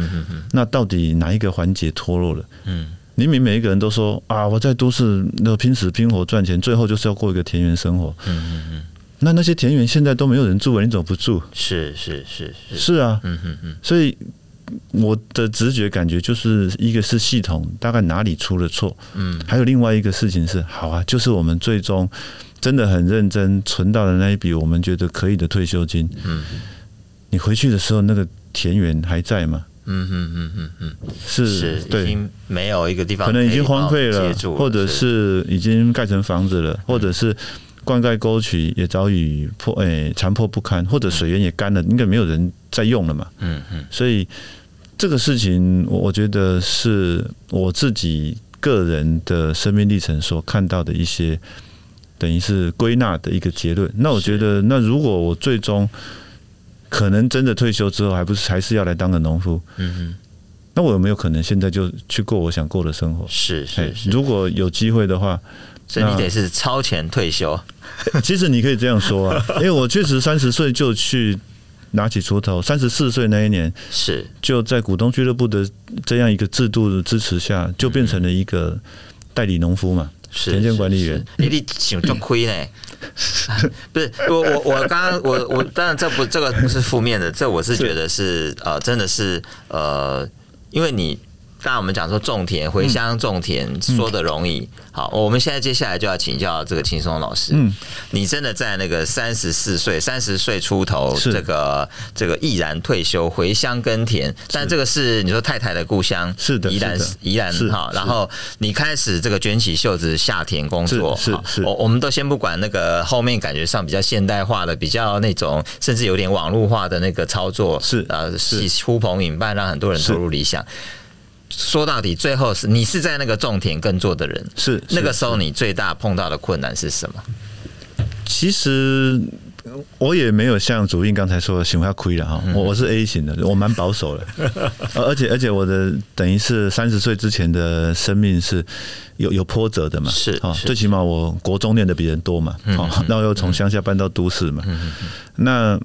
[SPEAKER 6] 那到底哪一个环节脱落了？
[SPEAKER 5] 嗯
[SPEAKER 6] 明明每一个人都说啊，我在都市那拼死拼活赚钱，最后就是要过一个田园生活。
[SPEAKER 5] 嗯
[SPEAKER 6] 那那些田园现在都没有人住了，你怎么不住？
[SPEAKER 5] 是是是是，
[SPEAKER 6] 是啊，
[SPEAKER 5] 嗯嗯嗯，
[SPEAKER 6] 所以我的直觉感觉就是一个是系统大概哪里出了错，
[SPEAKER 5] 嗯，
[SPEAKER 6] 还有另外一个事情是，好啊，就是我们最终真的很认真存到的那一笔我们觉得可以的退休金，
[SPEAKER 5] 嗯，
[SPEAKER 6] 你回去的时候那个田园还在吗？
[SPEAKER 5] 嗯嗯嗯嗯嗯，
[SPEAKER 6] 是，
[SPEAKER 5] 是已
[SPEAKER 6] 对。
[SPEAKER 5] 经没有一个地方
[SPEAKER 6] 可能已经
[SPEAKER 5] 以把我
[SPEAKER 6] 荒废
[SPEAKER 5] 们
[SPEAKER 6] 了
[SPEAKER 5] 接，住
[SPEAKER 6] 或者
[SPEAKER 5] 是
[SPEAKER 6] 是已经盖成房子了，或者是灌溉沟渠也早已破诶残破不堪，或者水源也干了，应该没有人再用了嘛。
[SPEAKER 5] 嗯嗯
[SPEAKER 6] 所以这个事情，我我觉得是我自己个人的生命历程所看到的一些，等于是归纳的一个结论。那我觉得，那如果我最终可能真的退休之后，还不是还是要来当个农夫，
[SPEAKER 5] 嗯
[SPEAKER 6] 那我有没有可能现在就去过我想过的生活
[SPEAKER 5] 嗯，？是
[SPEAKER 6] 哎
[SPEAKER 5] 是是，
[SPEAKER 6] 如果有机会的话，
[SPEAKER 5] 所以你
[SPEAKER 6] 那
[SPEAKER 5] 得是超前退休，
[SPEAKER 6] 其实你可以这样说啊，因为我确实三十岁就去拿起锄头，三十四岁那一年
[SPEAKER 5] 是
[SPEAKER 6] 就在股东俱乐部的这样一个制度的支持下，就变成了一个代理农夫嘛。
[SPEAKER 5] 是
[SPEAKER 6] 田间管理员，
[SPEAKER 5] 是是你得想多亏呢。啊不是我我我刚刚我我当然这不这个不是负面的，这我是觉得是呃真的是呃，因为你刚刚我们讲说种田回乡种田、
[SPEAKER 6] 嗯
[SPEAKER 5] 说的容易，好，我们现在接下来就要请教这个秦松老师，
[SPEAKER 6] 嗯，
[SPEAKER 5] 你真的在那个三十四岁三十岁出头
[SPEAKER 6] 是
[SPEAKER 5] 这个这个毅然退休回乡耕田，但这个是你说太太的故乡
[SPEAKER 6] 是的
[SPEAKER 5] 宜兰
[SPEAKER 6] 是的
[SPEAKER 5] 宜兰
[SPEAKER 6] 是
[SPEAKER 5] 哈，
[SPEAKER 6] 是
[SPEAKER 5] 然后你开始这个卷起袖子下田工作，
[SPEAKER 6] 是是
[SPEAKER 5] 好
[SPEAKER 6] 是
[SPEAKER 5] 我我们都先不管那个后面感觉上比较现代化的，比较那种甚至有点网络化的那个操作，
[SPEAKER 6] 是
[SPEAKER 5] 呃，
[SPEAKER 6] 是
[SPEAKER 5] 是呼朋引伴，让很多人
[SPEAKER 6] 是
[SPEAKER 5] 投入理想。说到底，最后是你是在那个种田耕作的人，
[SPEAKER 6] 是
[SPEAKER 5] 那个
[SPEAKER 6] 是
[SPEAKER 5] 时候你最大碰到的困难是什么？
[SPEAKER 6] 其实呃我也没有像主印刚才说的喜欢亏了哈，我我是 A 型的，我蛮保守
[SPEAKER 5] (laughs)
[SPEAKER 6] 的，而而且而且我的等于是三十岁之前的生命是有有波折的嘛，
[SPEAKER 5] 是
[SPEAKER 6] 哦
[SPEAKER 5] 是嗯
[SPEAKER 6] 最起码我国中念的比人多嘛，哦，那我又从乡下搬到都市嘛，那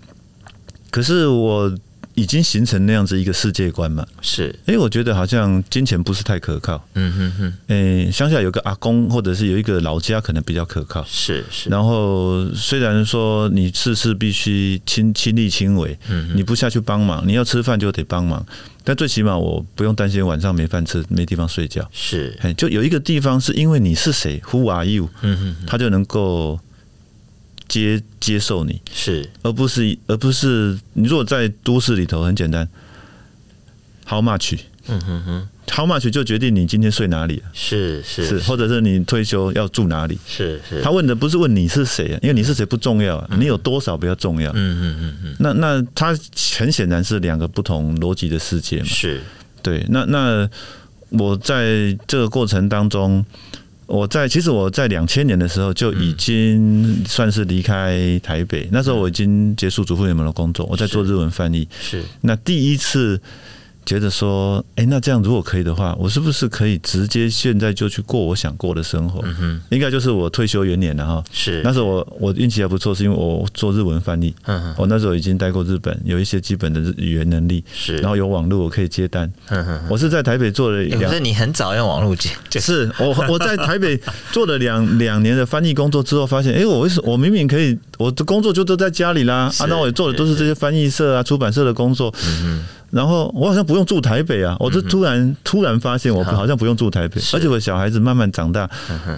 [SPEAKER 6] 可是我已经形成那样子一个世界观嘛，
[SPEAKER 5] 是，
[SPEAKER 6] 因为我觉得好像金钱不是太可靠，
[SPEAKER 5] 嗯哼哼，
[SPEAKER 6] 诶、乡下有个阿公或者是有一个老家可能比较可靠，
[SPEAKER 5] 是是，
[SPEAKER 6] 然后虽然说你事事必须亲亲力亲为，
[SPEAKER 5] 嗯
[SPEAKER 6] 你不下去帮忙，你要吃饭就得帮忙，但最起码我不用担心晚上没饭吃、没地方睡觉。
[SPEAKER 5] 是，
[SPEAKER 6] 哎，就有一个地方是因为你是谁，Who are you，
[SPEAKER 5] 嗯哼哼，
[SPEAKER 6] 他就能够接接受你，
[SPEAKER 5] 是
[SPEAKER 6] 而不是而不是你如果在都市里头很简单，How much，How
[SPEAKER 5] 嗯哼哼，
[SPEAKER 6] much 就决定你今天睡哪里了，
[SPEAKER 5] 是
[SPEAKER 6] 是
[SPEAKER 5] 是
[SPEAKER 6] 或者是你退休要住哪里。
[SPEAKER 5] 是是，
[SPEAKER 6] 他问的不是问你是谁，因为你是谁不重要啊，你有多少比较重要。
[SPEAKER 5] 嗯嗯嗯嗯，
[SPEAKER 6] 那那他很显然是两个不同逻辑的世界嘛。
[SPEAKER 5] 是
[SPEAKER 6] 对，那那我在这个过程当中，我在其实我在两千年的时候就已经算是离开台
[SPEAKER 5] 嗯
[SPEAKER 6] 北，那时候我已经结束主妇联盟的工作，我在做日文翻译。
[SPEAKER 5] 是，
[SPEAKER 6] 那第一次觉得说，哎、那这样如果可以的话，我是不是可以直接现在就去过我想过的生活？
[SPEAKER 5] 嗯哼，
[SPEAKER 6] 应该就是我退休元年了哈。
[SPEAKER 5] 是，
[SPEAKER 6] 那时候我我运气还不错，是因为我做日文翻译，
[SPEAKER 5] 嗯哼，
[SPEAKER 6] 我那时候已经待过日本，有一些基本的日语言能力，
[SPEAKER 5] 是，
[SPEAKER 6] 然后有网络我可以接单。
[SPEAKER 5] 嗯哼，
[SPEAKER 6] 我是在台北做了
[SPEAKER 5] 欸可
[SPEAKER 6] 两
[SPEAKER 5] 是你很早用网络接，就是
[SPEAKER 6] 我我在台北做了两两年的翻译工作之后，发现，哎、我为什我明明可以，我的工作就都在家里啦，
[SPEAKER 5] 是
[SPEAKER 6] 啊，那我也做的都是这些翻译社啊、出版社的工作，
[SPEAKER 5] 嗯
[SPEAKER 6] 然后我好像不用住台北啊，我就突然、突然发现我
[SPEAKER 5] 好
[SPEAKER 6] 好像不用住台北，
[SPEAKER 5] 是
[SPEAKER 6] 而且我小孩子慢慢长大，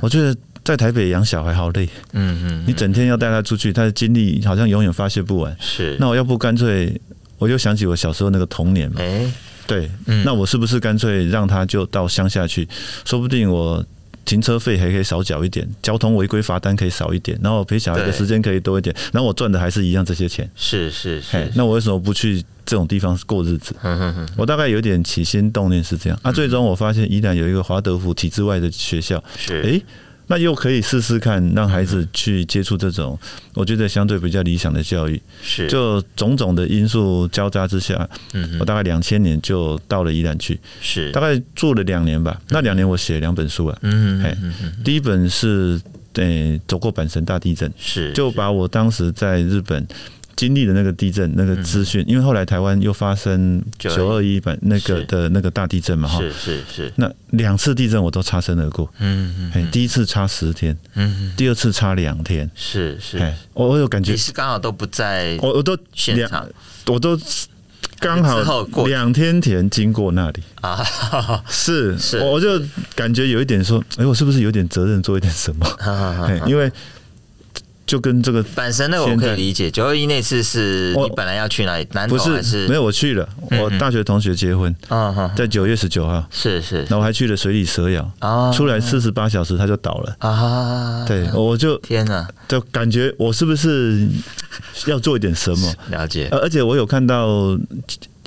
[SPEAKER 6] 我觉得。在台北养小孩好累，
[SPEAKER 5] 哼，嗯
[SPEAKER 6] 你
[SPEAKER 5] 哼，
[SPEAKER 6] 整天要带他出去，他的精力好像永远发泄不完。
[SPEAKER 5] 是，
[SPEAKER 6] 那我要不干脆，我就想起我小时候那个童年嘛。
[SPEAKER 5] 哎，
[SPEAKER 6] 对，
[SPEAKER 5] 嗯
[SPEAKER 6] 那我是不是干脆让他就到乡下去？说不定我停车费还可以少缴一点，交通违规罚单可以少一点，然后我陪小孩的
[SPEAKER 5] 对
[SPEAKER 6] 时间可以多一点，然后我赚的还是一样这些钱。
[SPEAKER 5] 是是
[SPEAKER 6] 嘿
[SPEAKER 5] 是，，
[SPEAKER 6] 那我为什么不去这种地方过日子？
[SPEAKER 5] 嗯哼哼，
[SPEAKER 6] 我大概有点起心动念是这样。啊，最终我发现宜兰有一个华德福体制外的学校，
[SPEAKER 5] 是，
[SPEAKER 6] 诶、那又可以试试看，让孩子去接触这种我觉得相对比较理想的教育。
[SPEAKER 5] 嗯是，
[SPEAKER 6] 就种种的因素交杂之下，
[SPEAKER 5] 嗯
[SPEAKER 6] 我
[SPEAKER 5] 哼，
[SPEAKER 6] 大概两千年就到了宜兰去。
[SPEAKER 5] 是
[SPEAKER 6] 大，概住了两年吧。那两年我写了两本书啊，
[SPEAKER 5] 嗯哼
[SPEAKER 6] 嘿
[SPEAKER 5] 嗯哼，
[SPEAKER 6] 第一本是诶、走过阪神大地震，
[SPEAKER 5] 是，
[SPEAKER 6] 就把我当时在日本。经历的那个地震那个资
[SPEAKER 5] 嗯
[SPEAKER 6] 讯，因为后来台湾又发生
[SPEAKER 5] 921
[SPEAKER 6] 九二一版那个
[SPEAKER 5] 是
[SPEAKER 6] 的那个大地震嘛哈，
[SPEAKER 5] 是是是，
[SPEAKER 6] 那两次地震我都擦身而过，
[SPEAKER 5] 嗯
[SPEAKER 6] 嘿，第一次差十天，
[SPEAKER 5] 嗯哼，
[SPEAKER 6] 第二次差两天，
[SPEAKER 5] 是
[SPEAKER 6] 嘿
[SPEAKER 5] 是，，
[SPEAKER 6] 我我有感觉
[SPEAKER 5] 你，是刚好都不在
[SPEAKER 6] 我我都
[SPEAKER 5] 现
[SPEAKER 6] 两
[SPEAKER 5] 场
[SPEAKER 6] 我都刚好
[SPEAKER 5] 之后过
[SPEAKER 6] 两天前经过那里，
[SPEAKER 5] 啊， (laughs) 哈哈
[SPEAKER 6] 是，
[SPEAKER 5] 是
[SPEAKER 6] 我我就感觉有一点说，哎、我是不是有点责任做一点什
[SPEAKER 5] (laughs)
[SPEAKER 6] 么？
[SPEAKER 5] 哈
[SPEAKER 6] 嘿因为就跟这个
[SPEAKER 5] 阪神那个我可
[SPEAKER 6] 现
[SPEAKER 5] 以
[SPEAKER 6] 在
[SPEAKER 5] 理解，九二一那次是
[SPEAKER 6] 我
[SPEAKER 5] 你本来要去哪里？南投
[SPEAKER 6] 不
[SPEAKER 5] 还是嗯
[SPEAKER 6] 是没有我去了，我大学同学结婚，
[SPEAKER 5] 啊哈，
[SPEAKER 6] 在九月十九号，
[SPEAKER 5] 是是
[SPEAKER 6] 然后我还去了水里蛇窑，
[SPEAKER 5] 啊，
[SPEAKER 6] 出来四十八小时他就倒了。
[SPEAKER 5] 啊，
[SPEAKER 6] 对，我就
[SPEAKER 5] 天哪，
[SPEAKER 6] 就感觉我是不是要做一点什么？
[SPEAKER 5] 了解，
[SPEAKER 6] 呃而且我有看到，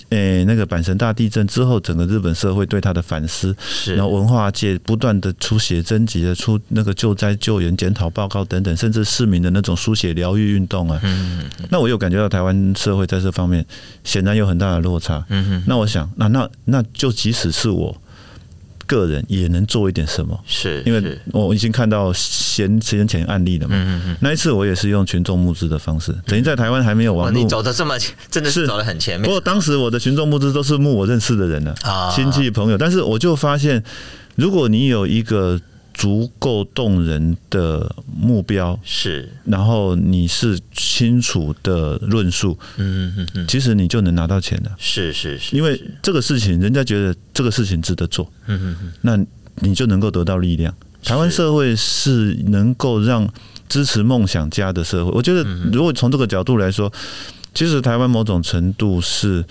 [SPEAKER 6] 诶、那个阪神大地震之后，整个日本社会对他的反思，
[SPEAKER 5] 是，
[SPEAKER 6] 然后文化界不断的出写真集的出那个救灾救援检讨报告等等，甚至市民的那种书写疗愈运动啊。
[SPEAKER 5] 嗯
[SPEAKER 6] 那我有感觉到台湾社会在这方面显然有很大的落差。
[SPEAKER 5] 嗯哼，
[SPEAKER 6] 那我想，那那那就即使是我个人也能做一点什么，
[SPEAKER 5] 是，
[SPEAKER 6] 因为
[SPEAKER 5] 是
[SPEAKER 6] 我已经看到先先前案例了嘛。
[SPEAKER 5] 嗯嗯嗯。
[SPEAKER 6] 那一次我也是用群众募资的方式，等于在台湾还没有
[SPEAKER 5] 哇，
[SPEAKER 6] 网
[SPEAKER 5] 哦你
[SPEAKER 6] 络。
[SPEAKER 5] 走的这么，真的是
[SPEAKER 6] 是
[SPEAKER 5] 走的很前
[SPEAKER 6] 不
[SPEAKER 5] 面
[SPEAKER 6] 过当时我的群众募资都是募我认识的人了、
[SPEAKER 5] 啊，
[SPEAKER 6] 亲戚朋友，但是我就发现，如果你有一个足够动人的目标，
[SPEAKER 5] 是，
[SPEAKER 6] 然后你是清楚的论述，
[SPEAKER 5] 嗯嗯嗯，
[SPEAKER 6] 其实你就能拿到钱的。
[SPEAKER 5] 是是是，
[SPEAKER 6] 因为这个事情，人家觉得这个事情值得做，
[SPEAKER 5] 嗯嗯嗯，
[SPEAKER 6] 那你就能够得到力量。台湾社会是能够让支持梦想家的社会，我觉得
[SPEAKER 5] 嗯
[SPEAKER 6] 如果从这个角度来说，其实台湾某种程度是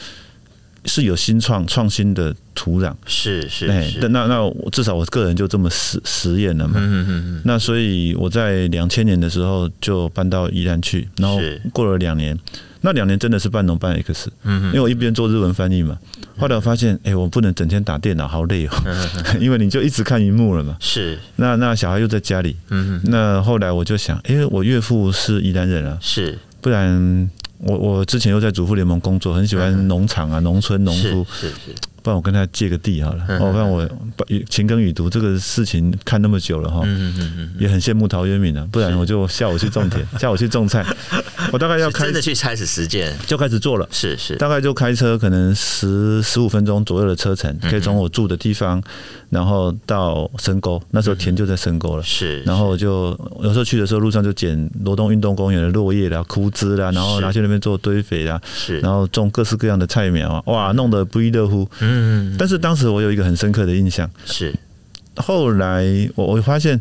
[SPEAKER 6] 是有新创创新的土壤。
[SPEAKER 5] 是是嗯
[SPEAKER 6] 哎，
[SPEAKER 5] 是，
[SPEAKER 6] 那那那我至少我个人就这么实实验了嘛。
[SPEAKER 5] 嗯嗯嗯
[SPEAKER 6] 那所以我在两千年的时候就搬到宜兰去，然后
[SPEAKER 5] 是
[SPEAKER 6] 过了两年，那两年真的是半农半 X，
[SPEAKER 5] 嗯
[SPEAKER 6] 因为我一边做日文翻译嘛，后来我发现，哎、我不能整天打电脑，好累哦， (laughs) 因为你就一直看荧幕了嘛。
[SPEAKER 5] 是，
[SPEAKER 6] 那那小孩又在家里，
[SPEAKER 5] 嗯嗯
[SPEAKER 6] 那后来我就想，哎、我岳父是宜兰人啊，
[SPEAKER 5] 是，
[SPEAKER 6] 不然我我之前又在主妇联盟工作，很喜欢农场啊、农村、农
[SPEAKER 5] 嗯是
[SPEAKER 6] 夫，
[SPEAKER 5] 是是，
[SPEAKER 6] 不然我跟他借个地好了，
[SPEAKER 5] 嗯
[SPEAKER 6] 哦，不然我把勤耕雨读这个事情看那么久了哈，
[SPEAKER 5] 嗯嗯嗯嗯，
[SPEAKER 6] 也很羡慕陶渊明啊，不然我就下午去种
[SPEAKER 5] (laughs)
[SPEAKER 6] 田，下午去种菜，我大概要
[SPEAKER 5] 是
[SPEAKER 6] 开
[SPEAKER 5] 真的去开始实践，
[SPEAKER 6] 就开始做了。
[SPEAKER 5] 是是，
[SPEAKER 6] 大概就开车可能十十五分钟左右的车
[SPEAKER 5] 嗯
[SPEAKER 6] 程，可以从我住的地方，然后到深沟，那时候田就在深沟了。
[SPEAKER 5] 是，
[SPEAKER 6] 然后我就有时候去的时候，路上就捡罗东运动公园的落叶啦、枯枝啦，然后
[SPEAKER 5] 是
[SPEAKER 6] 拿去那边做堆肥啦，
[SPEAKER 5] 是，
[SPEAKER 6] 然后种各式各样的菜苗啊，哇，弄得不亦乐乎。
[SPEAKER 5] 嗯，嗯嗯
[SPEAKER 6] 但是当时我有一个很深刻的印象，
[SPEAKER 5] 是
[SPEAKER 6] 后来我我发现，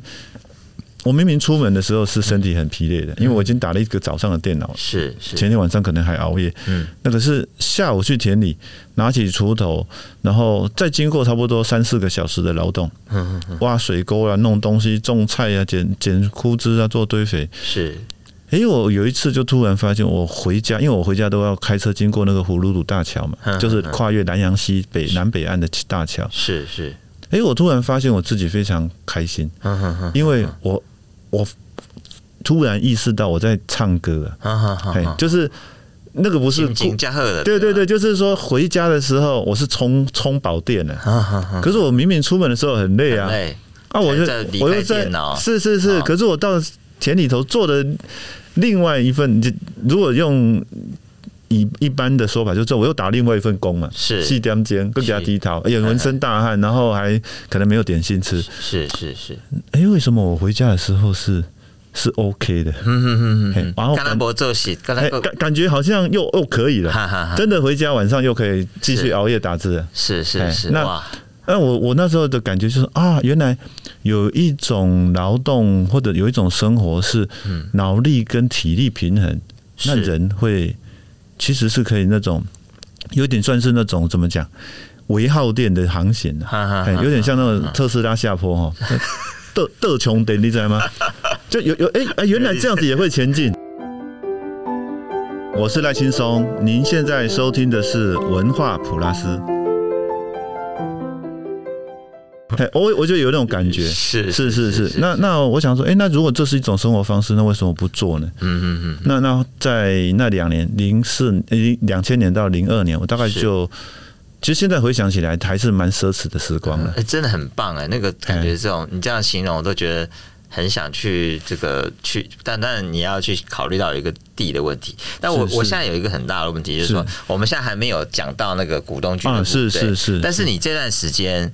[SPEAKER 6] 我明明出门的时候是身体很疲累的，因为我已经打了一个早上的电脑了，
[SPEAKER 5] 是是，
[SPEAKER 6] 前天晚上可能还熬夜。
[SPEAKER 5] 嗯，
[SPEAKER 6] 那个是下午去田里拿起锄头，然后再经过差不多三四个小时的劳动，
[SPEAKER 5] 嗯嗯嗯
[SPEAKER 6] 挖水沟啊、弄东西、种菜啊、捡捡枯枝啊、做堆肥。
[SPEAKER 5] 是，
[SPEAKER 6] 诶、我有一次就突然发现，我回家，因为我回家都要开车经过那个葫芦鲁大桥嘛
[SPEAKER 5] 嗯嗯，嗯
[SPEAKER 6] 就是跨越南洋西北南北岸的大桥。
[SPEAKER 5] 是是，
[SPEAKER 6] 诶、我突然发现我自己非常开心。
[SPEAKER 5] 嗯嗯嗯，
[SPEAKER 6] 因为我我突然意识到我在唱歌啊，
[SPEAKER 5] 好好好
[SPEAKER 6] 哎，
[SPEAKER 5] 好，
[SPEAKER 6] 就是那个不是
[SPEAKER 5] 金井加贺的，
[SPEAKER 6] 对对
[SPEAKER 5] 吧
[SPEAKER 6] 对，，就是说回家的时候我是充充饱电的，
[SPEAKER 5] 啊哈哈，
[SPEAKER 6] 可是我明明出门的时候很累啊，
[SPEAKER 5] 对，
[SPEAKER 6] 啊，我就
[SPEAKER 5] 才在离
[SPEAKER 6] 我
[SPEAKER 5] 开
[SPEAKER 6] 又在
[SPEAKER 5] 电脑
[SPEAKER 6] 是是是，
[SPEAKER 5] 哦
[SPEAKER 6] 可是我到田里头做的另外一份，就如果用一一般的说法，就是我又打另外一份工嘛，
[SPEAKER 5] 是
[SPEAKER 6] 细点煎，更加
[SPEAKER 5] 是
[SPEAKER 6] 低头，哎呀，浑身大汗，然后还可能没有点心吃，
[SPEAKER 5] 是是是，
[SPEAKER 6] 哎、为什么我回家的时候是是 OK 的？
[SPEAKER 5] 嗯哼哼
[SPEAKER 6] 嘿
[SPEAKER 5] 哼，
[SPEAKER 6] 然后
[SPEAKER 5] 干拉伯做戏，干拉
[SPEAKER 6] 哎、
[SPEAKER 5] 伯，
[SPEAKER 6] 感感觉好像又又可以了。
[SPEAKER 5] 哈哈哈，
[SPEAKER 6] 真的回家晚上又可以继续
[SPEAKER 5] 是
[SPEAKER 6] 熬夜打字了，
[SPEAKER 5] 是是
[SPEAKER 6] 哎
[SPEAKER 5] 是，
[SPEAKER 6] 那
[SPEAKER 5] 哇，
[SPEAKER 6] 那我我那时候的感觉就是啊，原来有一种劳动或者有一种生活是脑力跟体力平衡，那
[SPEAKER 5] 是
[SPEAKER 6] 人会其实是可以那种有点算是那种怎么讲微耗电的航行啊，
[SPEAKER 5] 哈哈
[SPEAKER 6] 哎
[SPEAKER 5] 哈，
[SPEAKER 6] 有点像那
[SPEAKER 5] 啊
[SPEAKER 6] 种特斯拉下坡哈，
[SPEAKER 5] (laughs)
[SPEAKER 6] 的的穷的，你知道吗？就有有哎哎，原来这样子也会前进。我是赖青松，您现在收听的是文化普拉斯。哎，我我就有那种感觉，
[SPEAKER 5] 是
[SPEAKER 6] 是是
[SPEAKER 5] 是
[SPEAKER 6] 是。那那我想说，哎、那如果这是一种生活方式，那为什么不做呢？
[SPEAKER 5] 嗯嗯嗯，
[SPEAKER 6] 那那在那两年，零四零两千年到零二年，我大概
[SPEAKER 5] 是
[SPEAKER 6] 就，其实现在回想起来，还是蛮奢侈的时光了。
[SPEAKER 5] 哎真的很棒哎，那个感觉这种你这样形容，我都觉得。很想去这个去，但但你要去考虑到有一个地的问题。但我
[SPEAKER 6] 是是
[SPEAKER 5] 我现在有一个很大的问题，就是说我们现在还没有讲到那个股东俱乐
[SPEAKER 6] 啊，
[SPEAKER 5] 部，
[SPEAKER 6] 是
[SPEAKER 5] 对
[SPEAKER 6] 是是，
[SPEAKER 5] 但是你这段时间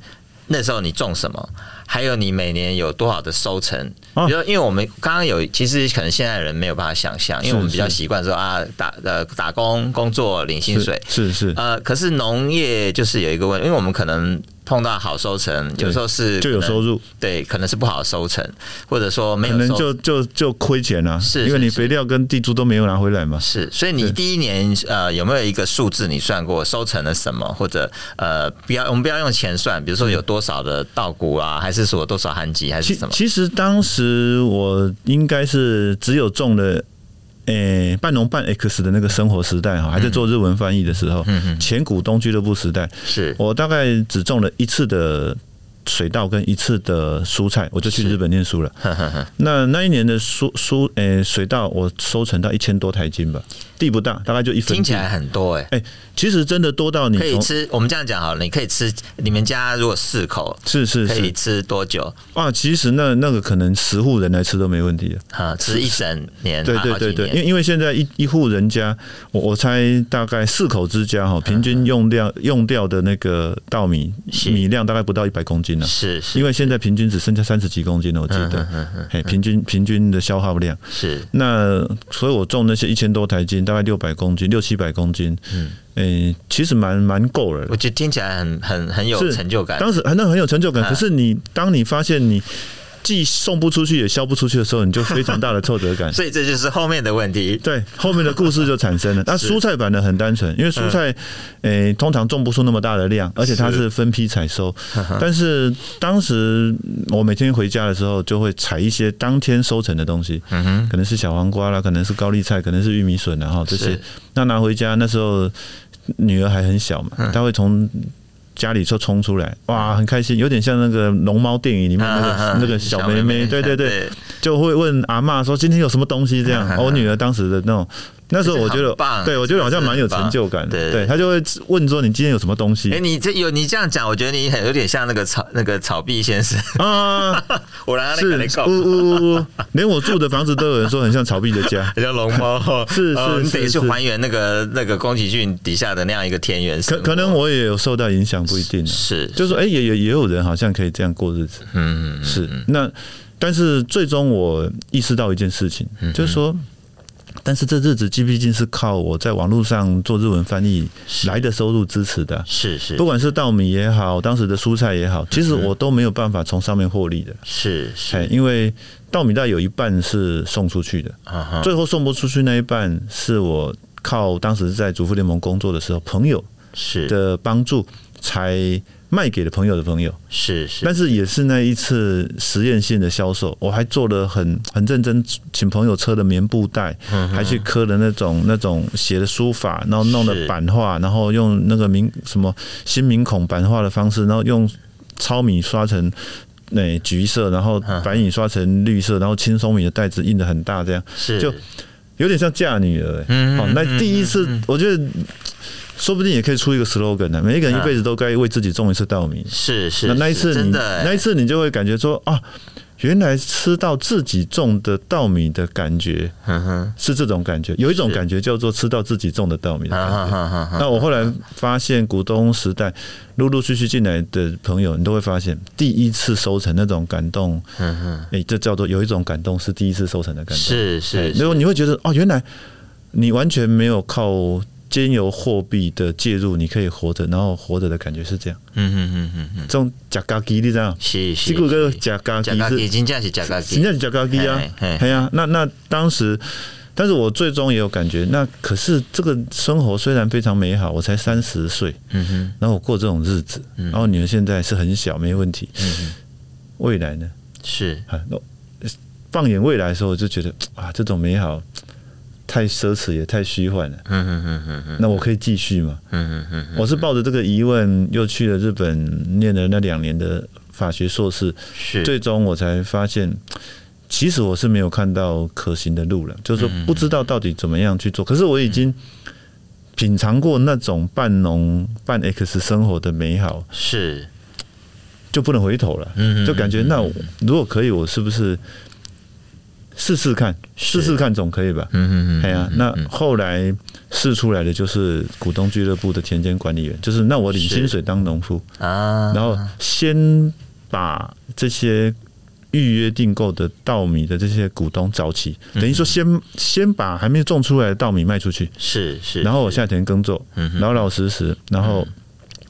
[SPEAKER 5] 那时候你种什么，还有你每年有多少的收成？
[SPEAKER 6] 啊
[SPEAKER 5] 比如说，因为我们刚刚有，其实可能现在人没有办法想象，因为我们比较习惯说啊，打呃打工工作领薪水，
[SPEAKER 6] 是是
[SPEAKER 5] 呃，可是农业就是有一个问，因为我们可能碰到好收成，有时候是
[SPEAKER 6] 就有
[SPEAKER 5] 呃可能
[SPEAKER 6] 收，入，
[SPEAKER 5] 对，可能是不好的收成，或者说没
[SPEAKER 6] 可
[SPEAKER 5] 有
[SPEAKER 6] 能
[SPEAKER 5] 收
[SPEAKER 6] 就就就亏钱了、
[SPEAKER 5] 是
[SPEAKER 6] 因为
[SPEAKER 5] 是
[SPEAKER 6] 你
[SPEAKER 5] 是
[SPEAKER 6] 肥料跟地租都没有拿回来嘛。
[SPEAKER 5] 是，所以你
[SPEAKER 6] 对
[SPEAKER 5] 第一年呃有没有一个数字你算过收成了什么，或者呃不要我们不要用钱算，比如说有多少的稻谷啊，还是说多少含秸还是
[SPEAKER 6] 其
[SPEAKER 5] 什么？
[SPEAKER 6] 其实当时我应该是只有中了。诶、半农半 X 的那个生活时代哈，还在做日文翻译的时候，
[SPEAKER 5] 嗯嗯
[SPEAKER 6] 前股东俱乐部时代，
[SPEAKER 5] 是
[SPEAKER 6] 我大概只种了一次的水稻跟一次的蔬菜，我就去
[SPEAKER 5] 是
[SPEAKER 6] 日本念书了。那那一年的蔬蔬诶、水稻，我收成到一千多台斤吧，地不大，大概就一分
[SPEAKER 5] 听起
[SPEAKER 6] 地。
[SPEAKER 5] 来很多哎、
[SPEAKER 6] 哎、其实真的多到你
[SPEAKER 5] 可以
[SPEAKER 6] 从
[SPEAKER 5] 吃。我们这样讲好了，你可以吃你们家如果四口
[SPEAKER 6] 是是
[SPEAKER 5] 可以
[SPEAKER 6] 是
[SPEAKER 5] 吃多久
[SPEAKER 6] 啊，其实那那个可能十户人来吃都没问题的。
[SPEAKER 5] 啊？吃一整年，
[SPEAKER 6] 对
[SPEAKER 5] 啊
[SPEAKER 6] 对
[SPEAKER 5] 好
[SPEAKER 6] 对
[SPEAKER 5] 几
[SPEAKER 6] 对，因
[SPEAKER 5] 年
[SPEAKER 6] 为因为现在一一户人家，我我猜大概四口之家哈，平均用掉用掉的那个稻米
[SPEAKER 5] 嗯是
[SPEAKER 6] 米量大概不到一百公斤了。
[SPEAKER 5] 是是嗯
[SPEAKER 6] 因为现在平均只剩下三十几公斤了，我记得，嘿，平均平均的消耗量。
[SPEAKER 5] 是
[SPEAKER 6] 那所以我种那些一千多台斤，大概六百公斤、六七百公斤，嗯，其实蛮蛮够了啦
[SPEAKER 5] 我。觉得听起来很很很有
[SPEAKER 6] 是
[SPEAKER 5] 成就感。
[SPEAKER 6] 当时很那很有成就感，
[SPEAKER 5] 啊
[SPEAKER 6] 可是你当你发现你既送不出去也销不出去的时候，你就非常大
[SPEAKER 5] (laughs)
[SPEAKER 6] 的挫折感。
[SPEAKER 5] 所以这就是后面的问题，
[SPEAKER 6] 对，后面的故事就产生 (laughs) 了。那蔬菜版的很单纯，因为蔬菜，诶、通常种不出那么大的量，而且它嗯是分批采收。但是当时我每天回家的时候，就会采一些当天收成的东西，可能是小黄瓜啦，可能是高丽菜，可嗯能是玉米笋啦，然后这些
[SPEAKER 5] 是，
[SPEAKER 6] 那拿回家那时候女儿还很小嘛，她会从。家里就冲出来，哇，很开心，有点像那个龙猫电影里面那个、
[SPEAKER 5] 啊。
[SPEAKER 6] 那个小妹妹，对对对，就会问阿嬷说今天有什么东西这样
[SPEAKER 5] (laughs)
[SPEAKER 6] 哦我女儿当时的那种，那时候我觉
[SPEAKER 5] 这
[SPEAKER 6] 得
[SPEAKER 5] 很棒，
[SPEAKER 6] 对我觉得好像蛮有成就感的。
[SPEAKER 5] 这很棒对
[SPEAKER 6] 对，她就会问说你今天有什么东
[SPEAKER 5] 哎、
[SPEAKER 6] 西
[SPEAKER 5] 你这有你这样讲，我觉得你很有点像那个草那个草壁先生， (laughs)
[SPEAKER 6] 啊？
[SPEAKER 5] 我来那
[SPEAKER 6] 是
[SPEAKER 5] 个来告。
[SPEAKER 6] 呜。呜呜呜，连我住的房子都有人说很像曹丕的家
[SPEAKER 5] (laughs) 叫龙猫，
[SPEAKER 6] (laughs) 是
[SPEAKER 5] 哦
[SPEAKER 6] 是
[SPEAKER 5] 你得
[SPEAKER 6] 是
[SPEAKER 5] 去
[SPEAKER 6] 是
[SPEAKER 5] 还原那个那个宫崎骏底下的那样一个田园生
[SPEAKER 6] 可
[SPEAKER 5] 活
[SPEAKER 6] 可能我也有受到影响，不一定啊。
[SPEAKER 5] 是
[SPEAKER 6] 就是说，哎、也也也有人好像可以这样过日子。
[SPEAKER 5] 嗯嗯
[SPEAKER 6] 是，那但是最终我意识到一件事情，
[SPEAKER 5] 嗯
[SPEAKER 6] 就是说，但是这日子毕竟是靠我在网络上做日文翻译来的收入支持的啊。
[SPEAKER 5] 是是
[SPEAKER 6] 不管是稻米也好，当时的蔬菜也好，其实我都没有办法从上面获利的，
[SPEAKER 5] 是
[SPEAKER 6] 哎，
[SPEAKER 5] 嗯是
[SPEAKER 6] 因为稻米大概有一半是送出去的，
[SPEAKER 5] 啊哈
[SPEAKER 6] 最后送不出去那一半是我靠当时在主妇联盟工作的时候朋友
[SPEAKER 5] 是
[SPEAKER 6] 的帮助才卖给了朋友的朋友，
[SPEAKER 5] 是是
[SPEAKER 6] 但是也是那一次实验性的销售，我还做了很很认真，请朋友车的棉布袋，
[SPEAKER 5] 嗯
[SPEAKER 6] 还去刻了那种那种写的书法，然后弄了
[SPEAKER 5] 是
[SPEAKER 6] 版画，然后用那个明什么新明孔版画的方式，然后用糙米刷成。哎那、
[SPEAKER 5] 嗯
[SPEAKER 6] 橘色，然后白米刷成绿色，然后青松米的袋子印的很大，这样
[SPEAKER 5] 是
[SPEAKER 6] 就有点像嫁女儿、欸。
[SPEAKER 5] 嗯
[SPEAKER 6] 哦，那第一次，我觉得说不定也可以出一个 slogan 呢、每一个
[SPEAKER 5] 啊
[SPEAKER 6] 人一辈子都该为自己种一次稻米。
[SPEAKER 5] 是是，
[SPEAKER 6] 那那一
[SPEAKER 5] 是
[SPEAKER 6] 次
[SPEAKER 5] 真
[SPEAKER 6] 你，
[SPEAKER 5] 的
[SPEAKER 6] 那
[SPEAKER 5] 欸
[SPEAKER 6] 一次你就会感觉说啊，原来吃到自己种的稻米的感觉
[SPEAKER 5] 嗯哼，
[SPEAKER 6] 是这种感觉，有一种
[SPEAKER 5] 是
[SPEAKER 6] 感觉叫做吃到自己种的稻米的感
[SPEAKER 5] 啊
[SPEAKER 6] 觉。
[SPEAKER 5] 哈哈哈哈，
[SPEAKER 6] 那我后来发现，股东时代陆陆续续进来的朋友，你都会发现，第一次收成那种感动，
[SPEAKER 5] 嗯哼，
[SPEAKER 6] 诶、这叫做有一种感动是第一次收成的感动。
[SPEAKER 5] 是
[SPEAKER 6] 对
[SPEAKER 5] 是，
[SPEAKER 6] 然后你会觉得哦，原来你完全没有靠兼由货币的介入，你可以活着，然后活着的感觉是这样。
[SPEAKER 5] 嗯哼哼哼哼，
[SPEAKER 6] 这种假嘎叽，你知道吗？
[SPEAKER 5] 是是，
[SPEAKER 6] 这个叫
[SPEAKER 5] 是
[SPEAKER 6] 假嘎
[SPEAKER 5] 假
[SPEAKER 6] 叽
[SPEAKER 5] 咖
[SPEAKER 6] 是
[SPEAKER 5] 喱，真正是假咖喱，
[SPEAKER 6] 人家是假高低啊
[SPEAKER 5] 嘿嘿，
[SPEAKER 6] 哎呀、那那当时，但是我最终也有感觉，那可是这个生活虽然非常美好，我才三十岁，
[SPEAKER 5] 嗯哼，
[SPEAKER 6] 然后我过这种日子，然后女儿现在是很小，没问题，未来呢？
[SPEAKER 5] 是
[SPEAKER 6] 啊，那放眼未来的时候，我就觉得啊，这种美好太奢侈，也太虚幻了。
[SPEAKER 5] 嗯哼哼哼哼，
[SPEAKER 6] 那我可以继续吗？
[SPEAKER 5] 嗯哼哼哼，
[SPEAKER 6] 我是抱着这个疑问，又去了日本念了那两年的法学硕士，
[SPEAKER 5] 是，
[SPEAKER 6] 最终我才发现，其实我是没有看到可行的路了，就是
[SPEAKER 5] 嗯
[SPEAKER 6] 说不知道到底怎么样去做。可是我已经品尝过那种半农半 X 生活的美好，
[SPEAKER 5] 是，
[SPEAKER 6] 就不能回头了。
[SPEAKER 5] 嗯哼
[SPEAKER 6] 就感觉那我如果可以，我是不是试试看？试试看总可以吧？
[SPEAKER 5] 嗯哼哼，
[SPEAKER 6] 哎呀，那后来试出来的就是股东俱乐部的田间管理员，就是那我领
[SPEAKER 5] 是
[SPEAKER 6] 薪水当农夫，
[SPEAKER 5] 啊，
[SPEAKER 6] 然后先把这些预约订购的稻米的这些股东找齐，等于说先先把还没有种出来的稻米卖出去，
[SPEAKER 5] 是是，
[SPEAKER 6] 然后我夏天耕作，老老实实，然后